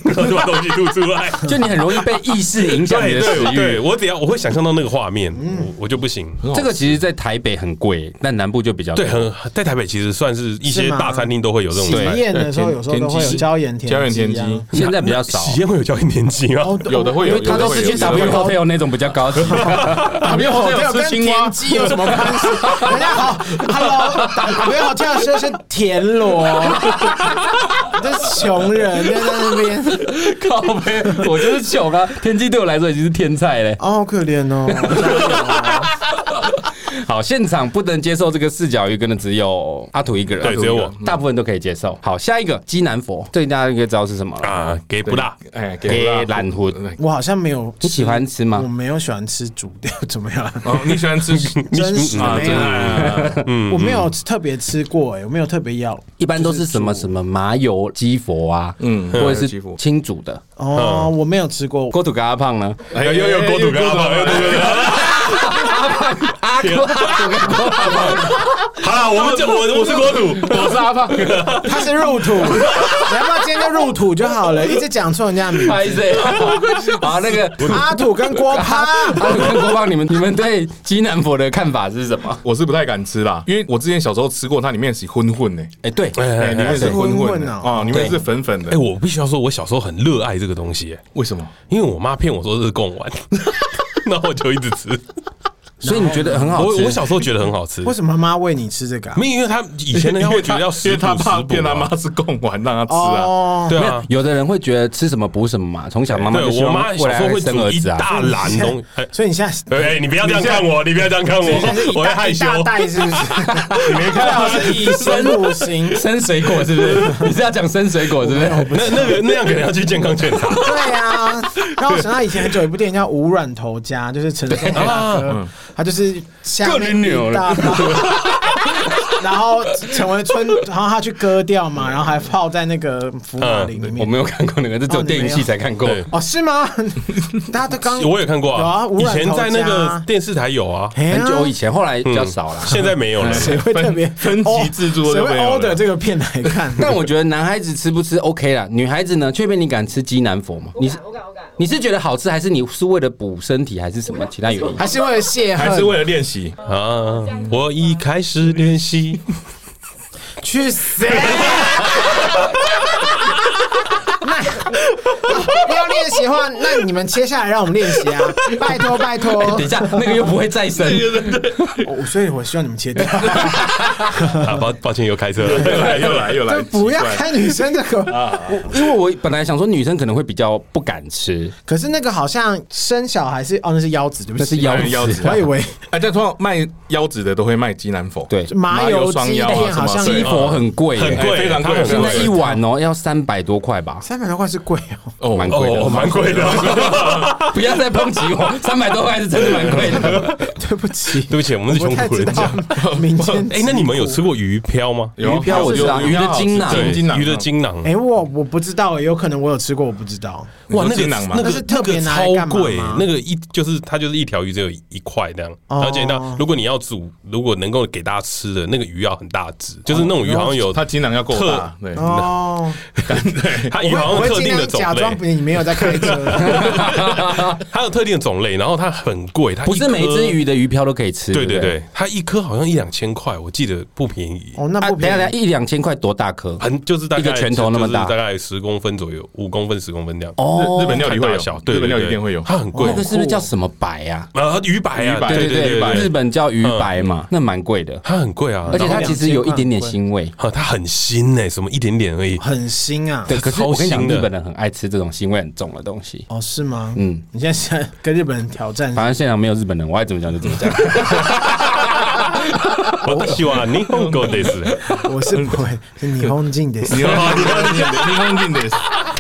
然后就把东西吐出来。
就你很容易被意识影响你的
对
食
对对，
欲。
我只要我会想象到那个画面，我我就不行。
这个其实，在台北很贵，但南部就比较
对，
多
很在台北其实算是一
是
些
吗
大餐厅都会有这种
喜
菜。
宴的时候，
对
有时候都会有
田鸡
椒盐田
椒盐
鸡
田
啊
鸡，
现在比较少。
喜宴会有椒盐田鸡吗？
哦
有的会
因
有，
为他都是去
有的
W
会有
Hotel 那种比较高级，
没
W
有跟田鸡有什么关系？大家好，Hello，没有这样说是田螺，这穷人在那边，
靠背，我就是穷啊！田鸡对我来说已经是天菜嘞。
哦，好可怜哦。
好，现场不能接受这个四角鱼羹的只有阿土一个人，
对
阿土一
只有
个
我
人大部分都可以接受。好，下一个鸡南佛，这大家应该知道是什么了。
啊，给不辣，
哎，
给懒魂
我好像没有吃，
你喜欢吃
我
吗？
没有喜欢吃煮的，怎么样？
哦，你喜欢吃
真实
啊？
没
真
有，
的，
我没有特别吃过，哎，我没有特别要。
一般都是什么什么麻油鸡佛啊，嗯，
嗯
或者
麻油
是
鸡佛
清煮的。
哦，我没有吃过，
郭土跟阿胖 呢？
哎
有有有锅土跟阿胖，对对对。啊
阿郭阿土跟郭阿胖，
好啦，我们就我我是锅土，
我是阿胖，
它是入土，你要不要今天就入土就好了？一直讲错人家的名字。
拍谁？好，那个
阿土跟郭趴，
阿啊土跟郭胖，你们你们对鸡南佛的看法是什么？
我是不太敢吃啦，因为我之前小时候吃过，它里面是混混呢，
哎，对，
哎，里面是混混的
混混
哦，里面是粉粉的
哎，，我必须要说，我小时候很热爱这个东西，哎
为什么？
因为我妈骗我说这是贡丸，那我就一直吃。
所以你觉得很好
我
吃？
我小时候觉得很好吃，
为什么妈妈喂你吃这个啊？
没有，因为他以 前人家会觉得要
因
食
为
补
他
食
怕
补
骗他妈
啊，
是贡丸让他吃
哦
啊。
对
没
啊
有，。有的人会觉得吃什么补什么嘛，从小妈妈就
对啊
希
我
望
妈
未
小时候
来
会
生
煮
儿
一
子啊。
大篮东 西。哎
所以你现在
哎、哎你不要这样看我，你不要这样看我
你现在是，一
我会
大
害
一
羞。
大袋是不是？你没看到是以身入形。
生水果是不 是？你是要讲生水果是不是？
那那个那样可能要去健康检查。
对啊，让我想到以前很久有一部电影叫《无软头家》，就是陈松大哥，他就是下面一大包，然后成为春，然后他去割掉嘛，然后还泡在那个福马林里
我
面。
没有看过那个，这只有
哦你
电影
没
戏
有
才看过。
对
哦，是吗？大家都刚
我也看过
有啊
啊，
无
以
染
前
头
在那个
家
电视台有啊，
哎呀
很久以前，后来比较少了。
现在没有了。
谁会特别
分分级制作
谁
就
会
没有
order
了
这个片来看？
但我觉得男孩子吃不吃 OK 啦，女孩子呢？雀边，你敢吃鸡南佛吗？你是
我敢，我敢。
你是觉得好吃，还是你是为了补身体，还是什么其他原因？
还是为了泄
还是
恨？
为了练习，
啊，
嗯
我一开始练习，
去死！ 那要练习的话，那你们切下来让我们练习啊！拜托拜托，
哎等一下，那个又不会再 生。
我所以我希望你们切掉，
啊，抱抱歉又开车了，
来又来又来，
就不要
哎奇怪
开女生这个。
因为我本来想说女生可能会比较不敢吃，
可是那个好像生小孩是哦，那是腰子，对不
那是
起，
腰
腰
子
子。
我还以为
哎，但通常卖腰子的都会卖鸡南否，
对，
麻油
双
鸡
腰啊
片
什
好
么
像
对
鸡佛很贵耶，哎
很贵，
哎非常贵
它很
现在
对
一碗哦要三百多块吧，
三百多块是贵哦。
哦
蛮贵的
哦，蛮贵的。
不要再抨击我，三百多块是真的蛮贵 的。
对不起，
对不起，我们是
我
穷
太
苦
知
人
道
家。
民间。
哎，那你们有吃？过鱼漂吗？
有
鱼漂我知道
有
鱼的啊
有
精囊
对
对
精囊
鱼的精囊。
哎，我我不知道，有可能我有吃过，我不知道。
你说
哇，那个
精囊吗
那
那
个
是特别拿来
那个
干
超
嘛
贵
吗，
那个一就是它就是一条鱼只有一块这样，
哦
然后建议到如果你要煮，如果能够给大家吃的那个鱼要很大只，就是那种鱼好像有
它精囊要够大，对，
哦，
它
我
鱼
会
好
我会
像有特
尽
定的
量
种
假装
类，
你没有在开车。
它有特定的种类，然后它很贵，它一
不是每一
颗
只鱼的鱼漂都可以吃，
对
对
对
不
对，它一颗好像一两千块，我记得不便宜，
哦，那
啊，
不
等一下
便
等一下
宜。
一两千块多大颗？
很就是大概
一个拳头那么大
就是大概十公分左右，五公分十公分这样。
哦
日日本料理会
看
有
大小，，对
日本料理
对
店会有，
它很贵
那。个是不是叫什么白呀？
啊，鱼白啊
鱼，白
对对
日
对，嗯
本叫鱼白嘛，那蛮贵的，
它很贵啊，
而且它
然后
其实有一点点腥味。
啊，它很新呢，什么一点点 而已。
很新啊。
对，可是我跟你讲，
超腥的
日本人很爱吃这种腥味很重的东西。
哦，是吗？
嗯
嗯，你现在想跟日本人挑战
啊
反正现场没有日本人，我爱怎么讲就怎么讲。
我希望你红狗得死。
我是不会，是霓虹镜的。
你看，你看，你看，你看，你看，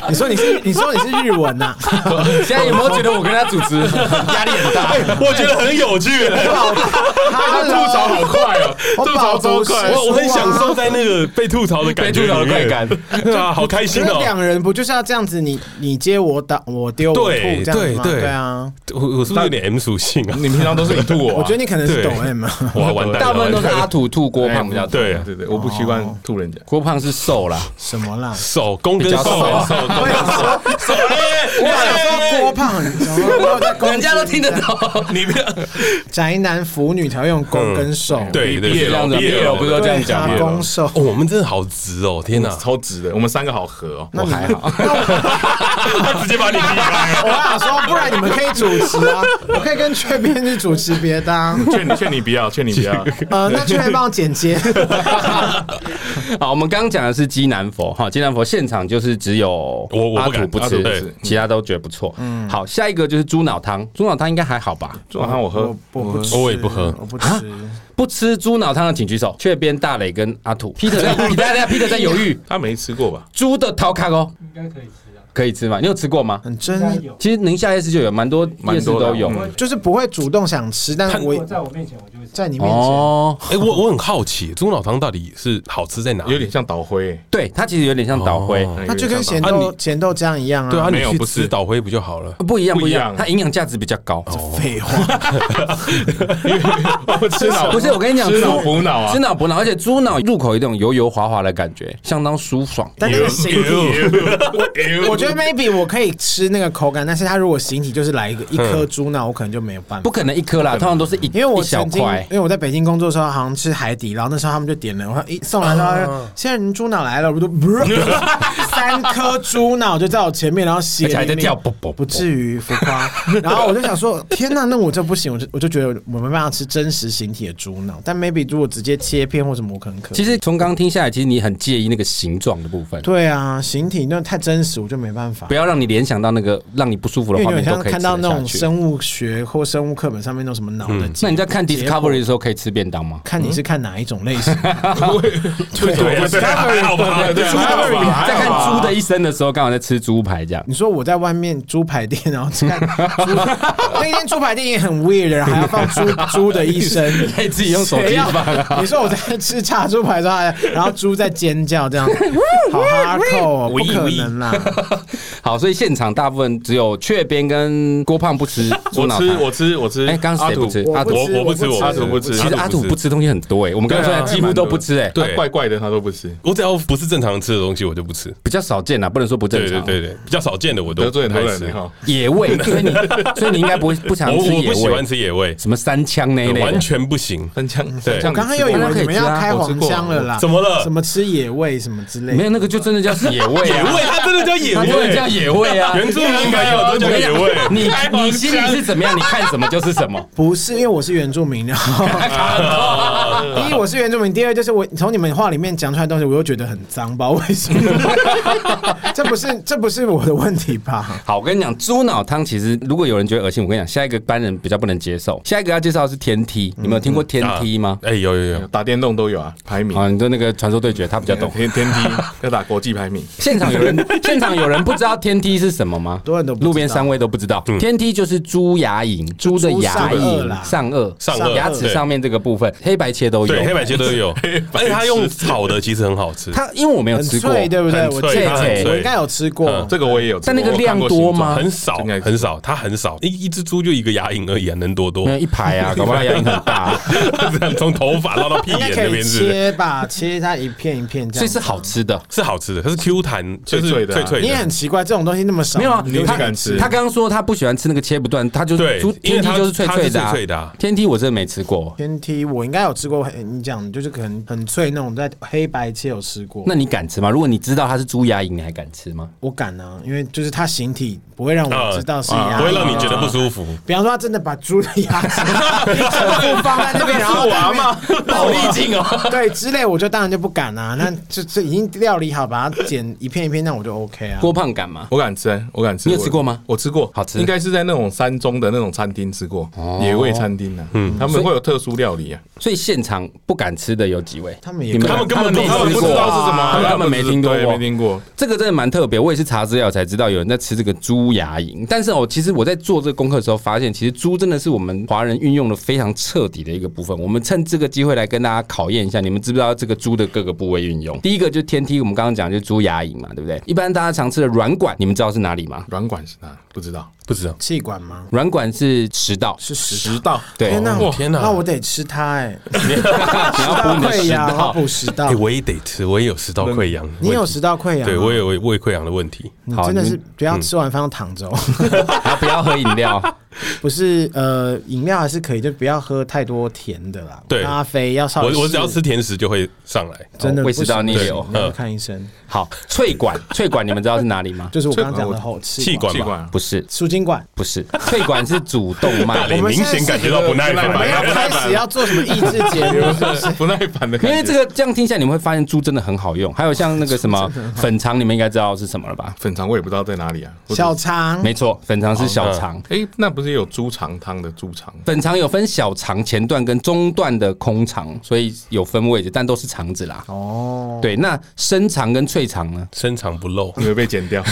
你说你是，你说你是日文 呐、啊？
现在有没有觉得我跟他主 持哎压力很大？
哎我觉得很有趣，
他吐槽好快哦，
我
吐槽
饱
超
读诗
快，
我我很享受在那个被吐槽的感觉里面，
被吐槽的
对啊，好开
可
心
是
哦。
两人不就是要这样子你？你接我打，我丢我吐
对
这样子吗？
对对
对啊，
我我是不是有点 M 属性啊？
你平常都是你吐我啊，
我觉得你可能是
对
抖 M 啊。
哇， 完蛋了，
大部分都是阿土吐哦郭
哎
胖比较多，
对
对对，我不习惯吐人家。
郭胖是瘦啦，
什么啦？
手工跟
比较
手手
瘦
手
我 想说，哎我想说郭胖，怎么我有在 攻击
人家都听得懂。
你不要
宅男腐女才会用攻跟受，
嗯对对，
毕业
这样子，啊
毕业
我不是都这样 讲
对
吗？
啊攻受。
哦，我们真的好直哦，天 哪！
超直的，我们三个好合哦。
我还好，
他直接把你逼开。
我想说，不然你们可以主持啊，我可以跟雀边去主持别的、啊。
劝你，劝你不要，劝你不 要。
呃，那雀边帮我剪接。
好，我们刚刚讲的是基南佛哈，基南佛现场就是只有
我我
阿
不敢啊
土不
阿土
吃
不吃，
其他都觉得不错。嗯，好，下一个就是猪脑汤，猪脑汤应该还好吧？
昨晚上我
我，
喝
我
嗯
不吃，
我也不喝
我不吃。
不吃猪脑汤的请举手。雀边大磊跟阿土，Peter 在， 你大家 Peter 在犹豫，
他没吃过吧？
猪的桃卡哦，应该可以吃啊，可以吃吗？你有吃过吗？
很真，
其实宁夏夜市就有蛮多夜
蛮
市
多的
都有
嗯
就是不会主动想吃，但我在我面前，我就会在你面前。
哦。
哎，我我很好奇，猪脑汤到底是好吃在哪？
有点像倒灰，
对，它其实有点像倒灰，
哎
那就跟咸
啊
豆
你
咸豆浆一样啊。
对啊，
没
你
有
去
不是
吃倒灰不就好了？
不一样，不
不
一
一
样
样，
它营养价值比较高。
废话，
吃 脑
不是我跟你讲，
吃
猪
脑补脑啊
吃，脑补脑，而且猪脑入口有一种油油滑滑的感觉，相当舒爽。
但那个 形体，
我
我觉得 maybe 我可以吃那个口感，但是它如果形体就是来一个一颗猪脑，我可能就没有办法
不。可能一颗啦，通常都是一
因为我
一小
曾经，
块
因。为我在北京工作的时候，好像吃海底捞，那时候他们就点了，我说一哎送来他
啊
说现在人猪脑来了，我就 三颗猪脑就在我前面，然后血
而且还在
淋淋
跳啵啵啵
不至于浮夸。然后我就想 说，天呐，那我这不行，我就我就觉得我没办法吃真实形体的猪脑，但 maybe 如果直接切片或什么，我可能可以。
其实从刚刚听下来，其实你很介意那个形状的部分，
对啊，形体那太真实，我就没办法
不。要让你联想到那个让你不舒服
因
的
为
画
有
面，
点
都
像
可以
看
吃
到
得
那
下
种
去。嗯
生物学或生物课本上面那种什么脑的结。
那你在看
结果
Discovery 的时候，可以吃便当吗？
看你是看哪一种类型？对
对啊
对啊还好吧，
对啊
还好吧
还好吧
在看《猪的一生》的时候，刚好在吃猪排这样。
你说我在外面猪排店，然后吃看 猪，那间猪排店也很 weird，然后还要放猪猪的一 生，
可以自己用手机
谁要
放啊。
你说我在吃炸猪排的时候还， 然后猪在尖叫这样，好哈扣、哦，不可能啦！
好，所以现场大部分只有雀边跟郭胖不吃猪
我
脑
吃
汤。
我吃我吃，
哎刚刚谁不吃
阿土
阿
土
我我不吃，
我不吃
我土不吃，
其实阿土不吃东西很多哎、我们刚
对啊，
才说他几乎都不吃哎、
对，
对
怪怪的他都不吃。
我只要不是正常吃的东西，我就不吃。
比较少见啊啦，不能说不正
对对
常。
对对，比较少见的我都
得罪
不
很多
太
人，
吃
你。看，
野味，所以你所以你应该不会不常
我
吃
我
野
不喜欢
味，
吃野味，
什么三枪那一类的，
完全不行。
三枪，三
我
枪，
我刚刚又以为你们要开黄腔了啦，
怎么了
什么吃野味什么之类的，
没有那个就真的叫野味啊，
野味，它真的叫野
它真的叫
味，
野味啊，
原住民应该有都叫野味。
你你心里是怎么样？你看什么就是什 么。
不是，因为我是原住民，然 后
啊
第一我是原住民，第二就是我从你们话里面讲出来的东西，我又觉得很脏，不知道为什么。 这不是这不是我的问题吧？
好，我跟你讲，猪脑汤其实如果有人觉得恶心，我跟你讲，下一个班人比较不能接受。下一个要介绍的是天梯，你们有听过天梯吗？
哎，有有有，
打电动都有啊，排名
啊，你说那个传说对决，他比较 懂。
天天梯要打国际排名，
现场有人，现场有人不知道天梯是什么吗？
多人都不知道
路边三位都不知道。
嗯
天梯就是猪牙龈，猪的牙
猪上颚
龈
啦
上颚、
上颚
牙齿上面这个部分，黑白切都有。
对，黑白切都有，而且它用炒的其实很好吃。
它因为我没有
很
吃过，
脆，对不对？
很
我
脆
记
它很
得
脆
我应该有吃过
嗯，
这个我也有吃过，
但那个
我看过
量多
形状
吗
很少
应该，是
很少，它很少，一一只猪就一个牙龈而已，啊，能多多
没？有一排啊，搞不好牙龈很 大，
这样从头发绕到屁
应
眼
该可
那
以
边是不是
切吧，切它一片一片
所
这
以
样
是
子。
好吃的。
是好吃的，它是 Q 弹，就是
脆脆的啊
脆脆
你也
的。
很奇怪，这种东西那么少，
没有啊，
你又
他
不敢吃
他刚刚说他不喜欢吃那个切不断，他就
对
猪
因
天
为
梯
它
就是脆脆的、啊，
它是脆脆的啊
天梯我真的没吃过，
天梯我应该有吃过，很你讲就是可能很脆那种，在黑白切有吃过。
那你敢吃吗？如果你知道它是猪牙龈，你还敢吃吗？
我敢啊，因为就是它形体不会让我知道是牙，
啊
啊
不会让你觉得不舒服。
比方说，他真的把猪的牙齿全部放在那边，然后娃嘛，
好厉害哦！
对之类，我就当然就不敢啦、那这这已经料理好，把它剪一片一片，那我就 OK 啊。
郭胖敢吗？
我敢吃，我敢吃。
你有吃过吗
我吃过，
好吃哦
应该是在那种山中的那种餐厅吃过，野味餐厅啊，嗯，他们会有特殊料理啊，
所以现场不敢吃的有几位？
他们也
你
他们根本
没
他们
吃
不
过
知道是什
啊
他们根本
么。啊
没听过
对没听过。
这个真的蛮特别，我也是查资料才知道有人在吃这个猪牙龈。但是哦，其实我在做这个功课的时候，发现其实猪真的是我们华人运用的非常彻底的一个部分。我们趁这个机会来跟大家考验一下，你们知不知道这个猪的各个部位运用？第一个就是天梯，我们刚刚讲就是猪牙龈嘛，对不对？一般大家常吃的软管，你们知道是哪里 吗？
软管是哪？不知道，
不知道，
气管吗？
软管是食道，
是食
食道。
对，
天哪，
哦天哪
那我得吃它哎、
你要补你的
溃
食
疡，我要
道。
补食道
哎，。我也得吃，我也有食道溃疡。
啊你有？食道溃疡？啊
对，我也有胃胃溃疡的问题。
你
好
真的
你
是不要吃完饭要躺着、哦，
然后不要喝饮料，
不是呃，饮料还是可以，就不要喝太多甜的啦。
对
咖啡要稍
我
微适。
我只要吃甜食就会上来。
真的
哦胃
不
食道
行
逆
不行
流
你要
嗯
看医生。
好，脆管，脆管你们知道是哪里吗？
就是我刚刚讲的
这个
后气
气管
气
嘛，
管啊，
不是，
输精管。
不是，脆管是主动脉
大。脸
我们现
明
在
显
是
感觉到不耐
我
我
们
们
要
要
烦。
开始要做什么益智节目？
不耐烦的感觉，
因为这个这样听下来，你们会发现猪真的很好用。还有像那个 什么粉肠，你们应该知道是什么了吧？
粉肠我也不知道在哪里啊，我只
小肠
没错，粉肠是小肠。
哎，那不是也有猪肠汤的猪肠？
粉肠有分小肠前段跟中段的空肠，所以有分位置，但都是肠子啦。
哦，
对，那深肠跟脆肠呢？
深藏不露，
你会被 剪掉，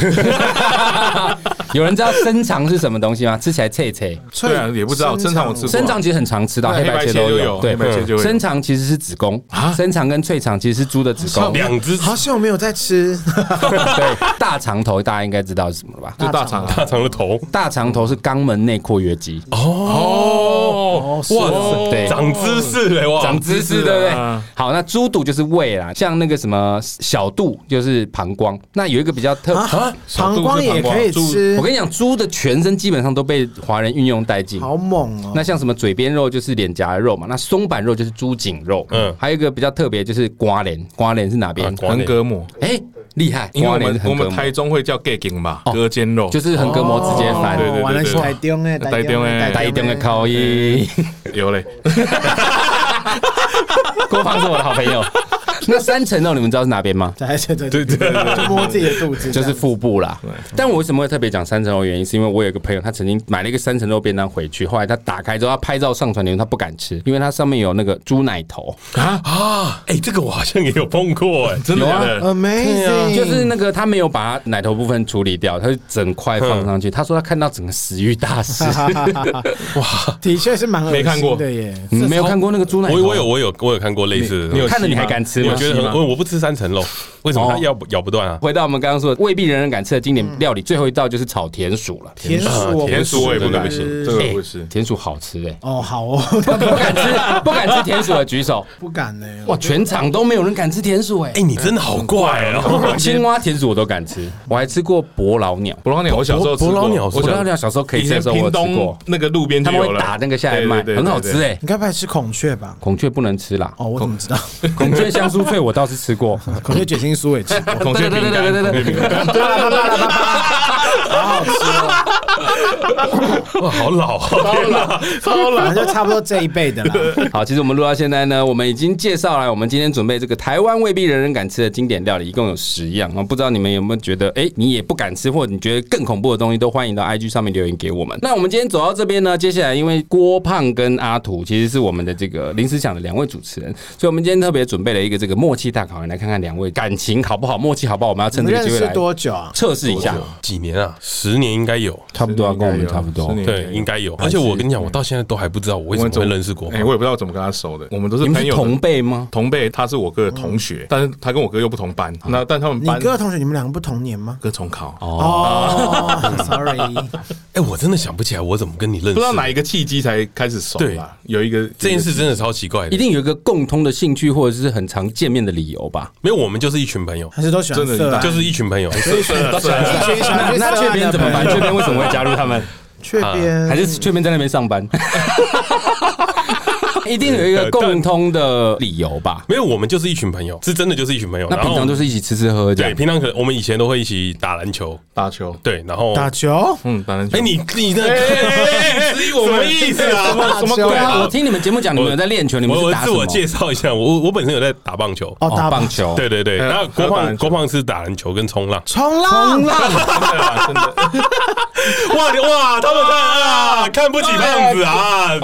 有人知道深肠是什么东西吗？吃起来脆脆。
对啊，也不知道，
生
正常我吃过啊，
深肠其实很常吃到，
对
黑白切都
黑白切
有。
就有
对
黑白切就，有啊
深肠其实是子宫，深肠跟脆肠其实是猪的子宫。
两只
好久没有在吃，
对，大肠头大家应该知道是什么了吧？
就大肠啊，
大肠的头。
大肠头是肛门内括约肌。
哦，哇
对
长知识嘞，哇，
长知识，
知识啊
对不对？好，那猪肚就是胃啦，像那个什么小肚就是膀胱。那有一个比较
啊
特，
啊
膀胱也可以吃
我，跟你讲，猪的全身基本上都被华人运用殆尽。
好猛哦！
那像什么嘴边肉就是脸颊的肉嘛，那松板肉就是猪颈肉，嗯
嗯，
还有一个比较特别就是瓜脸，瓜脸是哪边
啊？瓜
横膈膜，
哎，厉害，
因为
瓜
我
脸
们
是
我
横膈
们
膜，哦
台中会叫 gay 嘛，隔间肉，
就是横膈膜直接翻，
哦对对对
完哦了是台中哎，
台中
哎，
哎
带一点的口音。
有嘞，
郭胖是我的好朋友。那三层肉你们知道是哪边吗？
在这这对对，就摸自己的肚子，
就是腹部啦。但我为什么会特别讲三层肉？原因是因为我有一个朋友，他曾经买了一个三层肉便当回去，后来他打开之后，他拍照上传留言，他不敢吃，因为它上面有那个猪奶头，
啊，哎，这个我好像也有碰过，哎，真
的假
的。
amazing，
就是那个他没有把奶头部分处理掉，他就整块放
嗯
上去。他说他看到整个食欲大失。
的确是蛮恶心
没看过
的耶。
你没有看过那个猪奶头？
我我有我有我有看过类似的东西，
你有
看了你还敢吃吗？
我觉得
吗
很，我我不吃三层肉，为什么
哦
它咬不咬不断啊？
回到我们刚刚说的，未必人人敢吃的经典料理，最后一道就是炒田鼠了。
田鼠
啊
我不
田鼠我也不
真的
敢
不
吃，
哦
行
这
吃。
个我不吃。
田鼠好吃哎、
哦， 好哦，
不敢吃，不敢吃田鼠的举手。
不敢呢。
哇，全场都没有人敢吃田鼠哎、
哎，你真的好怪哦！
青蛙、田鼠我都敢吃，我还吃过伯劳鸟。
捕捞鸟，我小时候吃
捕
过。
捕捞鸟是
我
我
知
小
道小时候可以
以
吃的
前
时候，我
屏
有吃
东
过。
那个路边
他
就
们
有
会
了，
打那个下来
对
卖，
对对
很好吃
对
哎。
你该不会吃孔雀吧？
孔雀不能吃啦，
哦，我怎么知道？
孔雀香酥脆我倒是吃过。
孔雀卷心酥也吃过，
孔雀
对
饼
对
干，
对对对
孔雀饼干
好好吃哦，
哇，好老哦，天哪！
超老就差不多这一辈的啦。
好，其实我们录到现在呢，我们已经介绍了我们今天准备这个台湾未必人人敢吃的经典料理，一共有十样啊。不知道你们有没有觉得，哎、你也不敢吃，或者你觉得更恐怖的东西，都欢 迎到 IG 上面留言给我们。那我们今天走到这边呢，接下来因为郭胖跟阿土其实是我们的这个临时想的两位主持人，所以我们今天特别准备了一个这个默契大考验，来看看两位感情好不好，默契好不好。我们要
你
趁这个
们认
机会
识
来
多久啊？
测试一下，
几年啊？十年应该有，
差
啊
不多要跟我们差不多
十。年
对，应该有。而且我跟你讲，我到现在都还不知道我为什么会认识郭
哎、我也不知道怎么跟他熟的，我们都是
你们
朋
是
友的
同辈嗯吗？
同辈，他是我哥的同学，但是他跟我哥又不同
嗯
班，那但他们
你
班
哥的同学，你们两个不同年吗？
哥重考，
哦
哦，sorry，
哎，我真的想不起来我怎么跟你认识，
不知道哪一个契机才开始熟
对
吧？有一个
这件事真的超奇怪的。
一定有一个共通的兴趣，或者是很常见面的理由吧。
没有，我们就是一群朋友，
还是都喜欢
真的
色啊？
就是一群朋友。
一 群喜欢去色
那
啊
雀边
的
怎么办？
朋友
雀边为什么会加入他们？
雀边
还是雀边在那边上 班？一定有一个共通的理由吧？
没有，我们就是一群朋友，是真的就是一群朋友。
那
然后
平常就是一起吃吃喝喝这
对，
样。
平常可能我们以前都会一起打篮球，
打球，
对，然后
打球？哦
嗯，打篮球。
哎，你你的质疑我们意思
什
啊？
么什么
对
鬼
啊，我
啊？
听你们节目讲，你们有在练球，你们
我
是
我
打
自
什
我
么？
介绍一下，我我本身有在打棒球，
哦，打
棒。球。
对对对，
还有
然后郭
还有打
胖
篮球
郭胖是打篮球跟冲浪，
冲浪，
真的，
哇你哇，他们看啊，看不起胖子啊，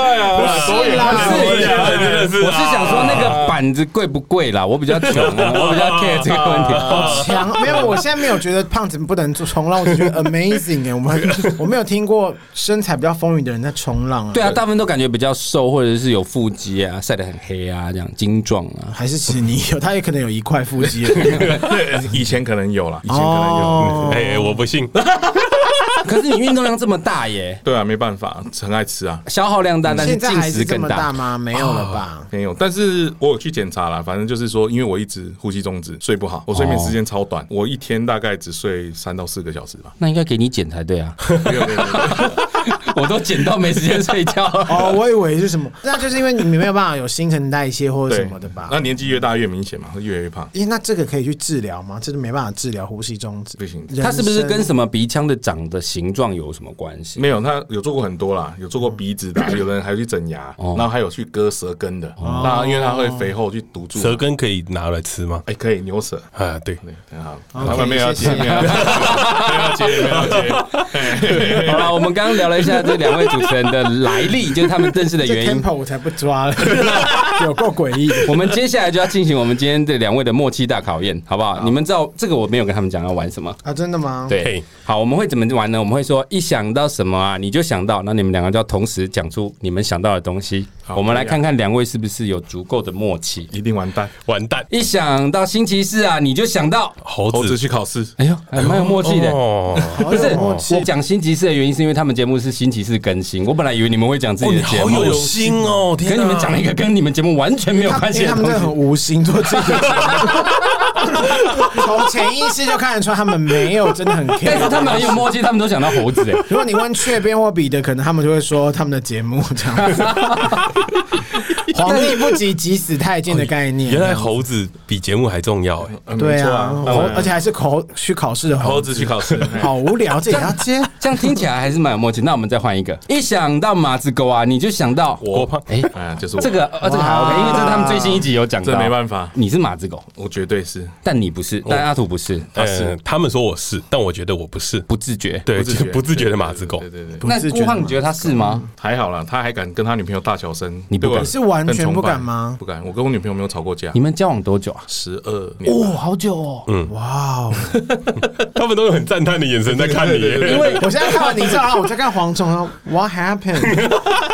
手也看
不是
真的是啊，
我是想说那个板子贵不贵啦？我比较穷 啊，我比较 care 这个问
哦
题。
好强！没有，我现在没有觉得胖子不能做冲浪，我只觉 得 amazing 哎，我们我没有听过身材比较丰腴的人在冲浪啊。
对啊，大部分都感觉比较瘦，或者是有腹肌啊，晒得很黑啊，这样精壮啊。
还是其实你有，他也可能有一块腹肌。
以前可能有啦，以前可能有。
哦
哎、我不信，
可是你运动量这么大耶，
对啊，没办法，很爱吃啊，
消耗量大， 但是
现在
进
还
食
是这
更
么大
大。
吗？没有了吧？
没有。但是我有去检查啦，反正就是说，因为我一直呼吸中止，睡不好，我睡眠时间超短，我一天大概只睡三到四个小时吧。
那应该给你剪才对啊！
没有没有没有
我都剪到没时间睡 觉。
哦，我以为是什么？那就是因为你没有办法有新陈代谢或者
对
什么的吧？
嗯
那年纪越大越明显嘛，会越来越胖。
因为那这个可以去治疗吗？这是没办法治疗呼吸中止
不。行，
它是不是跟
人生
什么鼻腔的长的形状有什么关系？
没有，他有做过很多啦，有做过鼻子的啊，有的人还去整牙，
哦
然后还有去割舌根的。那因为它会肥厚去堵住
舌，根可以拿来吃吗？
哎，可以牛舌。
啊，对，
对，很好。
OK，
他们没有要
谢
接，
谢
没有要接，没有要接，没有要接。
好了，我们刚刚聊了一下这两位主持人的来历，就是他们认识的
这
原因。
tempo 我才不 抓了，有够诡异的。
我们接下来就要进行我们今天这两位的默契大考验，好不好？你们知道这个我没有跟他们讲要玩什么？
啊，真的吗？，
对
嘿，
好，我们会怎么玩呢？我们会说一想到什么啊，你就想到，那你们两个就要同时讲出你们想到的东西。
好
我们来
可以啊
看看两位是不是有足够的默契。
一定完蛋，
完蛋，
一想到星期四啊，你就想到，
猴
猴
子
子去考试。
哎呦，还蛮有默契的。
哦，
好
不是
有默契
我。讲星期四的原因，是因为他们节目是星期四更新。我本来以为你们会讲自己
你
的节
好
目，
有心哦，
可
天
你
哪
们讲了一个跟你们节目完全没有
他
关
因
系
为
的
他们
东
真的
西
很。无心做这个， 从潜意识就看得出他们没有真的很 care。
但是他们很有默契，他们都想到猴子哎。
如果你问雀边或彼得，可能他们就会说他们的节目这 样子。皇帝不急急死太监的概念，啊
原来猴子比节目还重要哎、
嗯
对
没错
啊，
当
猴
然
而且还是考去考试的猴
猴
子，
子去考试。
好无聊，这也要 接。
这样听起来还是蛮有默契。那我们再换一个，一想到马子狗啊，你就想到
郭胖
哎，
哎，就是我
这个呃这个还 OK，因为这是他们最新一集有讲到，
这没办法
你是马子狗，
我绝对是
但你不是，但阿土不是，
他是
呃他们说我是，但我觉得我不是，
不自觉。
对，
自觉
不自觉的马子狗
对。对对对
那
自
郭
觉的
胖，你觉得他是吗？
还好啦，他还敢跟他女朋友大小声，
你不
对我
敢
是完全
很崇
不敢
拜
吗
不敢，我跟我女朋友没有吵过架
你，们交往多久啊？
十二年
哦，
了，
好久哦，嗯，哇哦，
他们都有很赞叹的眼神在看你耶，因为
我现在看完你之后，然后我在看黄总，然后 What happened？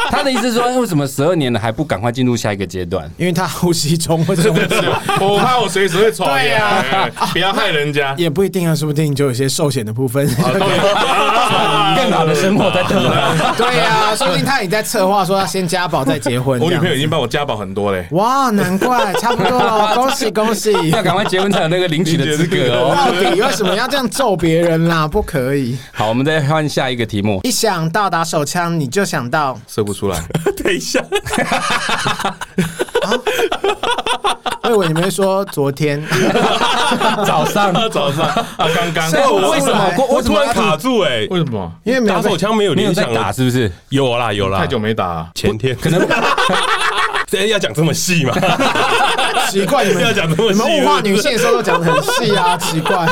他的意思是说，哎为什么十二年了还不赶快进入下一个阶段？
因为他呼吸中或者
我怕我随时会吵。
对呀
哎，不要害人家。
也不一定啊，说不定就有一些寿险的部分。
哦更好的生活在等你。
对呀、说不定他也在策划说要先家暴再结婚。
我女朋
这
友
样
已经帮我家宝很多嘞，
哇，难怪差不多了，恭喜恭 喜！
要赶快结婚才有那个领取的资格哦。
到底为什么要这样揍别人啦？不可以！
好，我们再换下一个题目。
一想到打手枪，你就想到
射不出来。
等一下，
我以为你们会说昨天，
早上，
早上啊，刚刚
所以我为什么
我
我
我
为什
突
么
然卡住哎，
为什么？
因为没有
打手枪没有
没有
联
在
想
打
了，
是不是？
有啦有啦，
太久没打啊，
前天 可能。这要讲这么细吗？
奇怪，你们
要讲这么
哎你
细
们物化女性的时候都讲的很细啊，奇怪。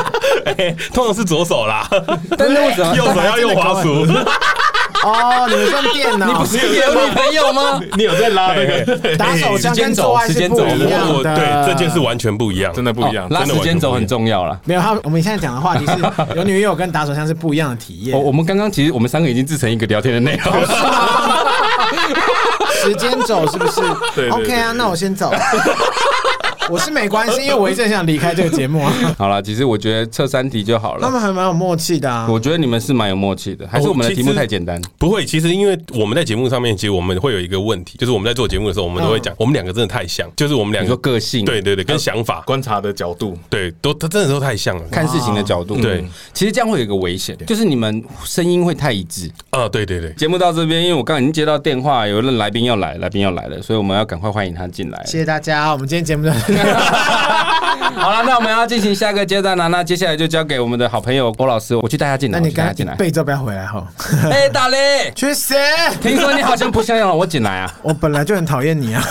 哎通常是左手啦，
但是为什么
右手要用滑鼠。
哦，你们用电脑，
你不是也有女朋友吗？
你有在拉那个？
打手枪跟做爱
时
是
间
不
轴
一样
哎我
的。
对这件事完全不一样，
真的不一样
哦，拉
真的
时
完
间
全不一
轴
样
很重要了。
没有他，我们现在讲的话题是有女友跟打手枪是不一样的体验
我。我们刚刚其实我们三个已经制成一个聊天的内容，
时间走是不是？
对对对
o k 啊，那我先走。 我是没关系，因为我一直很想离开这个节目 啊。
好了，其实我觉得测三题就好
他
了。
们还蛮有默契的啊。
我觉得你们是蛮有默契的，还是我们的题目太简单？
不会，其实因为我们在节目上面，其实我们会有一个问题，就是我们在做节目的时候，我们都会讲，我们两个真的太像，就是我们两
你说
个
个性，
对对对，跟想法，
观察的角度，
对，都他真的都太像了。
看事情的角度。嗯
对，
其实这样会有一个危险，就是你们声音会太一致。
啊，对对对，
节目到这边，因为我刚刚已经接到电话，有任来宾要来，来宾要来了，所以我们要赶快欢迎他进来。
谢谢大家，我们今天节目就
好了，那我们要进行下个阶段了。那接下来就交给我们的好朋友郭老师，我去带他进来，
那
我
你
去带
刚
他
才
进来。
背着不要回来哈。
哎，大力，
去死！
听说你好像不想让我进来啊？
我本来就很讨厌你啊。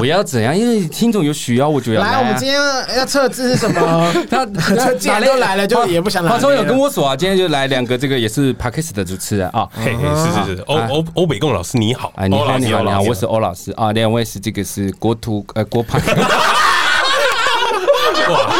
我要怎样？因为听众有需要，我就要
来，我们今
啊。
天要测字是什么？
他
这既然都来了就也不想来
华中有
别人
跟我说啊，今天就来两个这个也是 p a r k e s 的主持人啊。
嘿，嘿，哎是是是，欧欧欧北贡老师你好，
啊，你
欧
好，
老师
你好，你好，
欧
我
老师
是欧老师啊，两位是这个是国图呃国派，
哇，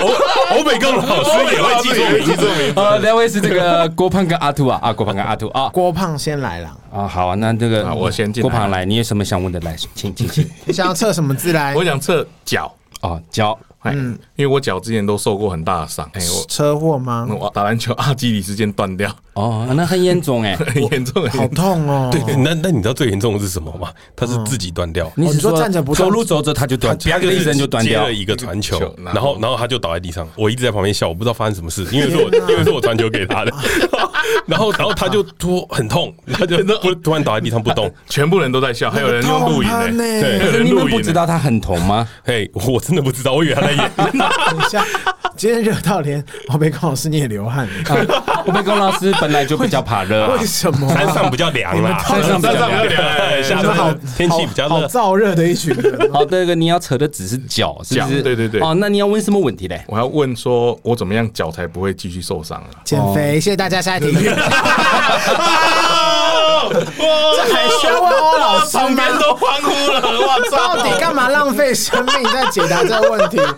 欧欧北贡老师也会记住名字，
呃，两位是这个郭胖跟阿兔 啊，啊，郭胖跟阿兔啊，
郭胖先来了，
啊，好啊，那这个
啊我先进来
郭胖来，你有什么想问的来，请请 请。
你想要测什么字来
我？想测脚，
哦，脚
哎，因为我脚之前都受过很大的伤，哎，
车祸吗
我？我打篮球阿基里斯腱断掉，
哦，那很严 重哎。
很严重，很
好
严重。
痛哦！
对，那那你知道最严重的是什么吗？他是自己断掉。
嗯你
哦
是
你说站着不动
走路走着他就断，啪的一声就断
接
掉
了。一个传球
一个球，
然后然后他就倒在地上，我一直在旁边笑，我不知道发生什么事，因为是我因为是我传球给他的， 然后然后他就说很痛，他就不突然倒在地上不 动，
全部人都在笑，还有人用录影
好痛啊
呢，
呢
对，还有
可是
人
你
录
们
影欸
不知
呢。
道他很痛 吗？
嘿，我真的不知道，我以为他在演。
等一下，今天热到连我被龚老师你也流 汗，
我被龚老师本来就比较怕热啊，
为什 么啊？
山上比较凉啦，
山上比较
比较
凉。
凉哎
下
下
你们好
面天气比较
好
热。
燥热的一群人。
好，那个你要扯的只是脚，是不是？
脚对对对
哦，那你要问什么问题 嘞？
我要问说，我怎么样脚才不会继续受伤啊？
减肥，谢谢大家，下 一题。这还需要问欧老师
旁
吗？
边都欢呼了，我
到底干嘛浪费生命在解答这个问 题？
啊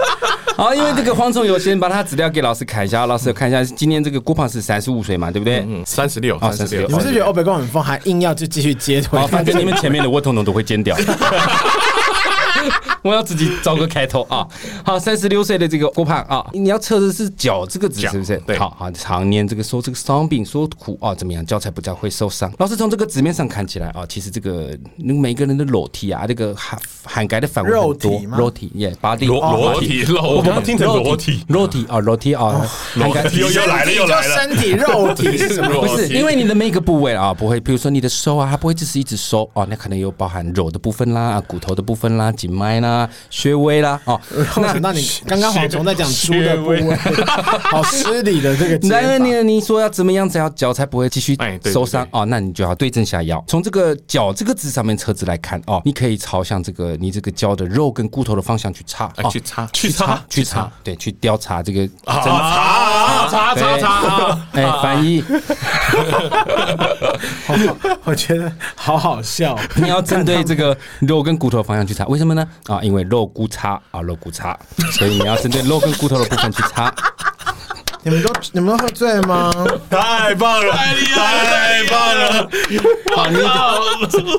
好，哦因为这个蝗虫有先把他资料给老师看一下，老师看一下，今天这个郭胖是三十五岁嘛，对不对？
嗯，三十六，
哦
三十
36
六，
你们是觉得欧北共很疯，还硬要就继续接推
好，？反正 你们前面的我统统都会 剪掉。我要自己找个开头啊！好，三十六岁的这个郭胖啊，你要测的是脚这个指是不是
脚？对
好好，常年这个受这个伤病所苦啊，怎么样，脚才比较会受伤。老师从这个纸面上看起来啊，其实这个每个人的裸体啊，这个涵涵盖的范围很多
肉体吗
肉体耶，把
裸裸体，裸，我刚刚听成裸体，
肉体啊，裸体啊，涵盖
又又来了又来了，
身体肉 体是什么？
不
裸
是，
体
因为你的每一个部位啊，不会，比如说你的手啊，它不会只是一只手哦，那可能有包含肉的部分啦、啊骨头的部分啦、颈脉啦、啦、薛威啦，哦，
让我想到你刚刚蝗虫在讲猪的部位， 好失礼的这个
然后
解
呢，你说要怎么样子要脚才不会继续
哎对对
受伤
对
哦？那你就要对症下药。从这个脚这个字上面车子来看哦，你可以朝向这个你这个脚的肉跟骨头的方向去擦，
哎
哦
去擦
去
去
擦
擦
去擦，对，去雕查这个
啊，
啊
查查查查，
哎翻译，
法，我觉得好好笑。
你要针对这个肉跟骨头的方向去擦，为什么呢？啊，因为肉骨擦啊，肉骨擦，所以你要针对肉跟骨头的部分去擦。
你们都你们都喝醉吗？
太棒了，太棒了！
啊，你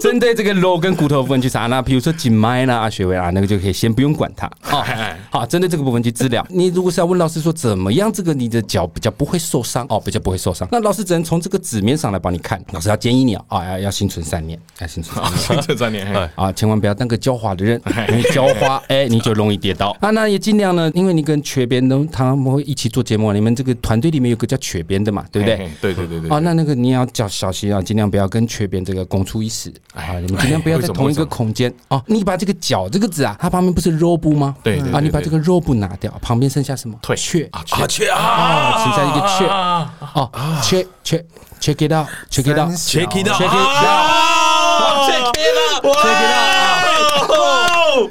针对这个肉跟骨头的部分去查，那比如说颈脉啦、啊、穴位啊，那个就可以先不用管它。哦，好，针对这个部分去治疗。你如果是要问老师说怎么样，这个你的脚比较不会受伤哦，比较不会受伤，那老师只能从这个纸面上来帮你看。老师要建议你啊，啊要要心存善念，要心存善 念。
哦
这三年，哎
啊，千万不要当个浇花 的人，你浇花，哎、你就容易跌倒啊。那也尽量呢，因为你跟瘸边都他们会一起做节目，你们这个团队里面有个叫瘸边的嘛，对不对？
嘿嘿哎对对对对
哦，
对
那那个你也要叫小心啊，尽量不要跟缺边这个共处一室啊，你们尽量不要在
哎为什么
同一个
为什么
空间哦。你把这个脚这个字啊，它旁边不是肉部吗？
对对
啊，
对
你把
对
这个肉部拿掉，旁边剩下什么？
腿
雀
啊啊缺啊
啊，，剩下一个雀哦，缺缺 check it out check it out check
三小
it out check it out
啊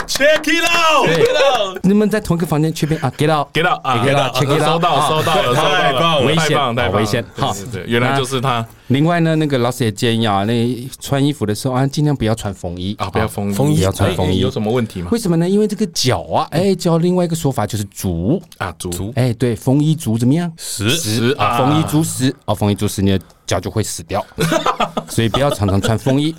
，check it out，check it
你们在同一个房间缺边啊 get out
out，get out 啊
get out check it out
收
啊
到收到了，
太
太
棒
棒
了
了，
危
太
险
棒太
好
棒，
危险好
好，对原来就是他
另外呢，那个老师也建议啊，那穿衣服的时候啊，尽量不要穿风衣
啊，不要风衣，
不要穿
哎
风衣，
有什么嗯问题吗？
为什么呢？因为这个脚啊，哎，脚另外一个说法就是足，
啊，足
哎，对，风衣足怎么样？
十十
啊，风衣足十哦，风衣足十，你的脚就会死 掉，所以不要常常穿风衣。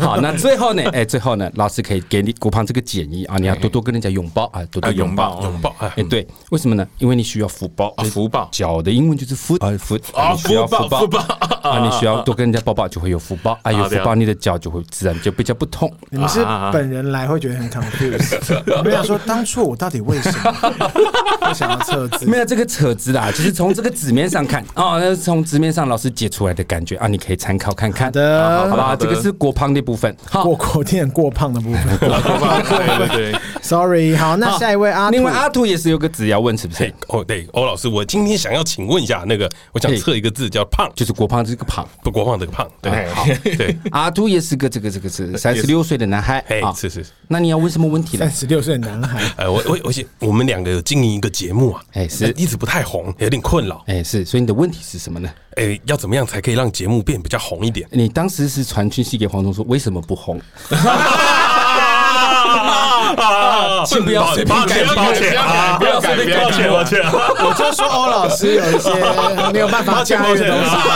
好，那最后呢？哎，最后呢，老师可以给你古胖这个建议啊，你要多多跟人家拥抱啊，多多
哎啊，
拥
拥
抱。
抱拥抱，哎
哎，对，为什么呢？因为你需要福报
啊福报
脚的英文就是 foot 啊 foot
啊
你需要
福报
福
福报
啊，你需要多跟人家抱抱就会有福报啊，有
啊
福
对啊
报你的脚就会自然就比较不痛。
你们是本人来会觉得很 confused，我们想说当初我到底为什么会想要测字？
没有这个扯字啦，就是从这个纸面上看 哦，那是从纸面上老师解出来的感觉啊，你可以参考看看。好
的
好吧，
好的
这个是国胖的部分。好
过，过点过胖的部 分
啊 对对对。
，sorry。好，那下一位阿兔，
另外阿兔也是有个字要问，是不是
嘿？哦，对，欧老师，我今天想要请问一下，那个我想
嘿
测一个字叫胖，
就是国胖这个胖，
不国胖这个胖，
哎
对，
好，
对，
阿兔也是个这个这个是三十六岁的男孩
嘿
啊，
是是是
那你要问什么问题呢
三？哎十六岁的男孩，
呃，我我我先，我们两个有经营一个节目啊，
哎是
一直不太红，有点困扰，
哎，是，所以你的问题是什么呢？
哎，要怎么样才可以让节目变比较红一点？
你当时是传讯息给黄忠说为什么不红？
请
不要随便改
抱歉，抱歉，啊
不要随便改
抱歉，抱歉，抱 歉
我就说欧老师有一些没有办法
抱歉
驾驭的东
抱歉
西。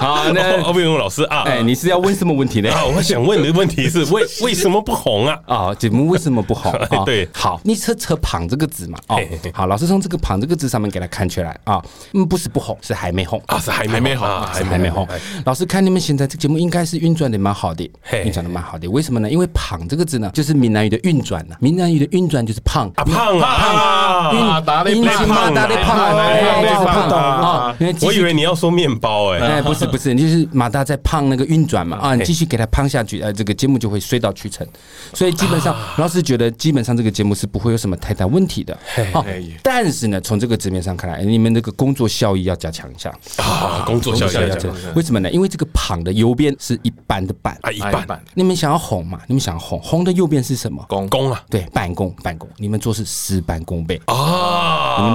好，
哦
那
欧炳荣老师啊，
哎，你是要问什么问题 呢？
啊，我想问的问题是为为什么不红啊？
啊，节目为什么不好？啊
对
好，你测测“旁”这个字嘛，哦
嘿嘿嘿，
好，老师从这个“旁”这个字上面给他看出来啊，嗯，不是不红，是还没红。
啊，是还
还
没
没
红
红
啊，
啊
是还没红，老师看你们现在这个节目应该是运转的蛮好的，
嘿
运转的蛮好的。为什么呢？因为“旁”这个字呢，就是闽南语的运转呐，闽南语的运转就是“胖”
啊，胖啊，
胖
啊
啊打得
阴
胖
晴马达的胖
胖
啊，
啊
哎
胖
这
啊
个
胖啊
胖啊，因继续
我以为你要说面包哎，
哎，不是不是，你就是马达在胖那个运转嘛啊，你继续给它胖下去，呃，这个节目就会水到渠成。所以基本上，老师觉得基本上这个节目是不会有什么太大问题的。好，但是呢，从这个纸面上看来，你们这个工作效益要加强一下，
啊，工作效
工作
益
要
要
加
讲
强为什么呢？因为这个旁的右边是一半的半，
啊，一
哎一
半
半
你们想要红嘛？你们想要红，红的右边是什么？
公
公啊
对，办公办公，你们做事事半功倍。你们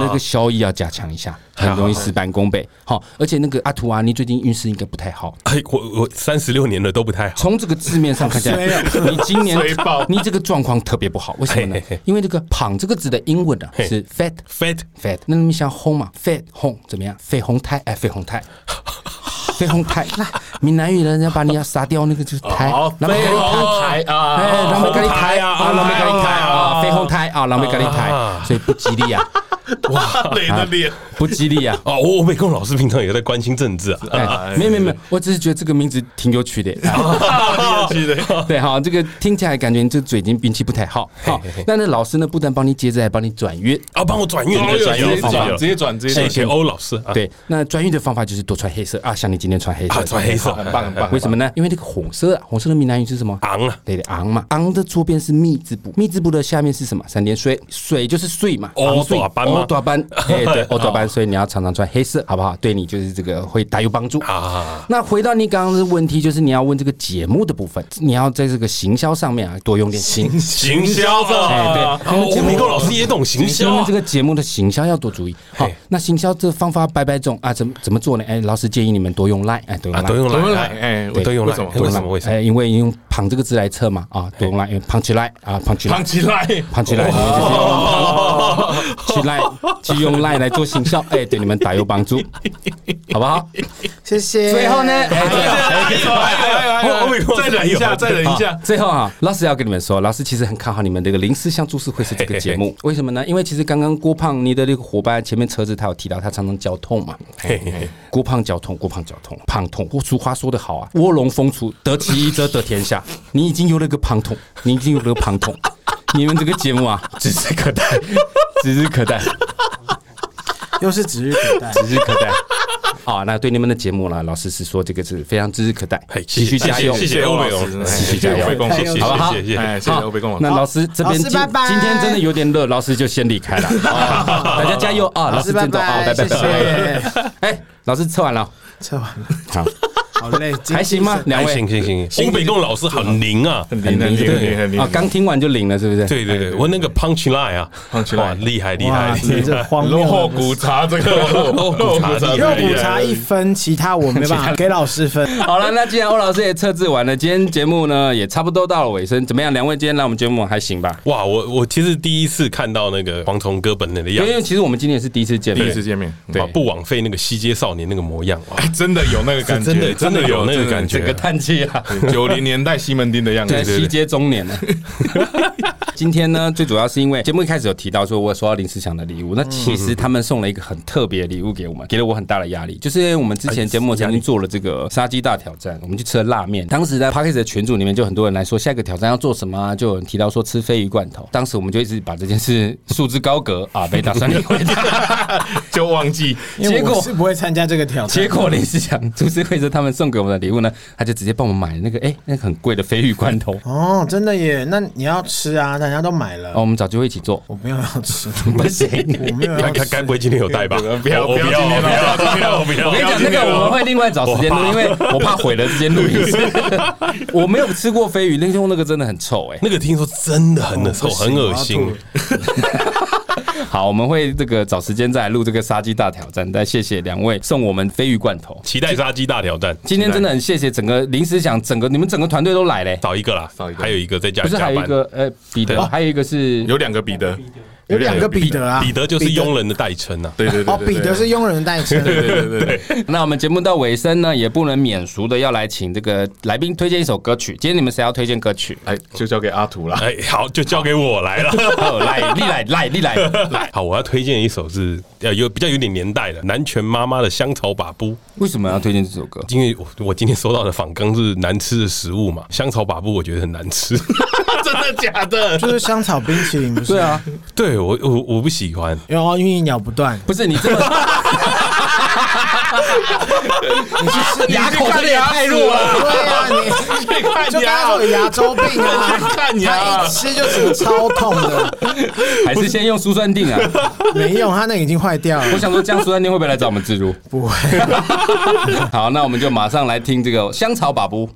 啊，
那个效益要加强一下，啊很容易事半功倍。好，而且那个阿图啊，你最近运势应该不太好。
哎，我我三十六年了都不太好，
从这个字面上看起来，你今年
衰爆
你这个状况特别不好，为什么呢
嘿嘿嘿？
因为这个“胖”这个字的英文啊
嘿
是 fat
fat
fat，那你们想烘嘛？fat 烘怎么样？绯红胎哎，绯红胎， 绯红胎，闽南语人家把你要杀掉那个就是胎，那么
绯红胎啊
哎，那么咖喱
红
胎
胎啊
啊，那么咖喱胎啊，
啊
绯红胎啊，那么咖喱胎，所以不吉利啊。啊
哇，累的脸，
不激励啊。
哦，我我美工老师平常也在关心政治啊，
哎，没有没有没有，我只是觉得这个名字挺有趣的。哎
你也记得。
对，好，这个听起来感觉你这嘴已经运气不太好。好，那那老师呢，不但帮你接着，还帮你转运。
啊，帮我转运，
哦
转
直
运
接，转，直接转，哦直接
谢
转。
谢欧老师啊，
对，那转运的方法就是多穿黑色啊，像你今天穿黑色
啊，，穿黑色，
很棒，很棒。
为什么呢？因为那个红色啊，红色的闽南语是什么？
昂啊，
对的，昂嘛，昂的左边是密字部，密字部的下面是什么？三点水，水就是水嘛，
哦
昂水
大班嘛
哦大 班，哎对，哦大班，所以你要常常穿黑色，好不好？对你就是这个会大有帮助
啊。
那回到你刚刚的问题，就是你要问这个节目的部分，你要在这个行销上面啊多用点心。
行销啊，
哎对
哦我美工老师也懂行
因
销
为
啊
这。个节目的行销要多注意。好
嘿，
那行销这方法百百种啊，怎么怎么做呢？哎，老师建议你们多用 Line，哎，多用
啊，
Line，
都用
都用
来，
来哎
我都用来，
为什么
为什么？为什么？
哎，因为用“胖”这个字来测嘛，啊，多用 Line，因为胖起来啊，胖起来
胖，起来，
胖起
哦
来，你们就是 去 Line 去用 Line 来做行销，哎，对你们大有帮 助，好不好？
谢谢。
最后呢，哎，最后
哎再忍一下，再忍 一下。
最后啊，老师要跟你们说，老师其实很看好你们这个临时像株式会是这个节目，为什么呢？因为其实刚刚郭胖你的那个伙伴前面车子他有提到，他常常脚痛嘛。
嘿嘿嘿
郭胖脚痛，郭胖脚痛，胖痛。我俗话说得好啊，卧龙凤雏，得其一者得天下。 你已经有了个胖痛，你已经有了个胖痛， 你们这个节目啊，指日可待， 指日可待，
又是指日可待。
指日可待。 好，那对你们的节目呢，老师是说这个是非常指日可待
嘿，
继续加油，
谢谢欧美老师
哎谢谢欧美公，谢谢，谢谢，哎，谢谢欧美
啊
公
那
老师。
老师这边
老师
今
拜拜
今天真的有点热，老师就先离 开了。啊大家加油啊！老师真的啊，拜拜
拜拜，谢
拜
谢。
拜。哎，老师测完了，
测完了，
好，
好累，
还行吗？两
哎
位
行行行，行欧美工老师很灵啊。
很灵，很灵，很灵，很灵。
啊，刚听完就领了，是不是？
对对对，我那个 punch line 啊
punch line
哇厉害厉害
哇，
厉
这
害！
这荒谬
肉
的
后骨茶这个，肉后骨茶，
肉补茶一分，其他我没办法给老师分。
好了，那既然欧老师也测字完了，今天节目呢也差不多到了尾声，怎么样？两位今天来我们节目还行吧？
哇，我我其实第一次看到那个蝗虫哥本人的
因
样
为
子，
其实我们今天也是第一次见
第一
面
次，见面，
哇，不枉费那个西街少年那个模样哇！
真的有那个感觉，
真的真的有那个感
整个
觉，
叹气啊。
九零年代西门町的样
对，西
子，
街中年了。 今天呢，最主要是因为节目一开始有提到说，我收到林思祥的礼物。那其实他们送了一个很特别的礼物给我们，给了我很大的压力。就是我们之前节目曾经做了这个杀鸡大挑战，我们去吃了辣面。当时在 p a r k e s 的群组里面，就很多人来说下一个挑战要做什么、啊，就有人提到说吃鲱鱼罐头。当时我们就一直把这件事束之高阁啊，没打算理会它。
就忘记
因为
结果
我是不会参加这个挑战
结。果林思祥主持会者他们送给我们的礼物呢，他就直接帮我们买了那个哎、那个很贵的鲱鱼罐头。
哦，真的耶！那你要吃啊，大家都买
哦，
了，
我们早就会一起做，
我没有要吃，
不行。
我没有要
该该
吃。
该不会今天有带吧？
不要
我我
不
不
要
要
今天
我
了
不要不要不要！
我跟你讲，那个我们会另外找时间录，因为我怕毁了这间录音室。我没有吃过飞鱼，那用那个真的很臭哎、
那个听说真的很臭，很恶心。
好，我们会这个找时间再来录这个杀鸡大挑战。但谢谢两位送我们飞鱼罐头，
期待杀鸡大挑战，
今天真的很谢谢整个临时想整个你们整个团队都来嘞、
少一个啦，
少一个
还有一个在家
不
里
是
加
还有一
班。
个呃彼得，还有一个是
有两个彼得，
有两个彼得啊，
彼得就是佣人的代称啊。
对对对，
哦，彼得是佣人的代称。
对对对对，
那我们节目到尾声呢，也不能免俗的要来请这个来宾推荐一首歌曲。今天你们谁要推荐歌曲？
哎，就交给阿土啦。
哎，好，就交给我来 了。
哦，来，你来，来，你来。
来，好，我要推荐一首是呃有比较有点年代的南拳妈妈的香草把布，
为什么要推荐这首歌？
因为我我今天收到的访纲是难吃的食物嘛，香草把布我觉得很难吃，
真的假的？
就是香草冰淇淋，不是？
对，啊，
对我我我不喜欢。
因为奥运咬不断，
不是你这么。
你去吃
牙口真的
啊
也太弱了。
对啊，你
去看
就刚刚说有牙周病啊，
看
他 一吃就整个超痛的，
还是先用苏酸定啊？
没用，他那个已经坏 掉
我
了。
想说，这样苏酸定会不会来找我们 自如？
不会，
好，那我们就马上来听这个香草把布。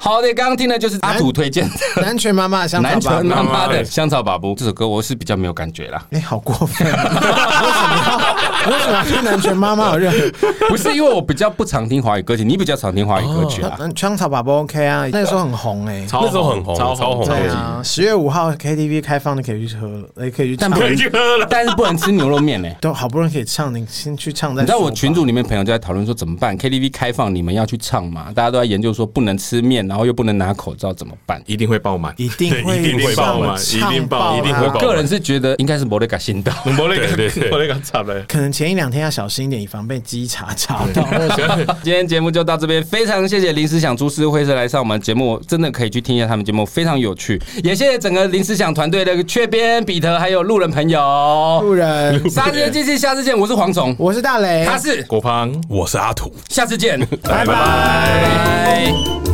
好的，刚刚听的就是阿土推荐的
南拳妈妈的香
南
草哎
拳妈
吧。
妈的香草把布这首歌，我是比较没有感觉啦。
哎，好过分啊！为什么你为什么要去南拳妈妈？有任何
不是因为我比较不常听华语歌曲，你比较常听华语歌曲啊。
嗯枪草宝宝 OK 啊，那时候很红哎、欸。
那时候很红，
超
超
红
红，
超
对啊，十月五号 KTV 开放，你可以去喝了，哎也可以去唱
但。不能
去喝了。
但是不能吃牛肉面呢、
都好不容易可以唱，你先去唱再
你
说
知道
吧。
我群组里面朋友就在讨论说怎么办？KTV 开放，你们要去唱嘛？大家都在研究说不能吃面，然后又不能拿口罩，怎么办？
一定会爆满。
一定会
对一定会
上
爆
满
唱
一定爆
爆啊
一定会爆
个人是觉得应该是莫雷卡心到，
我那
对对对
个，我那个惨了。
可能前一两天要小心一点，以防被稽查查到。或者是
今天节目就到这边，非常谢谢林思想株式会社来上我们节目，真的可以去听一下他们节目，非常有趣。也谢谢整个林思想团队的雀边、彼得还有路人朋友。
路 人，
杀时间机器，下次见，我是黄总，
我是大雷，
他是，
国芳。
我是阿土。
下次见，
拜拜。
拜。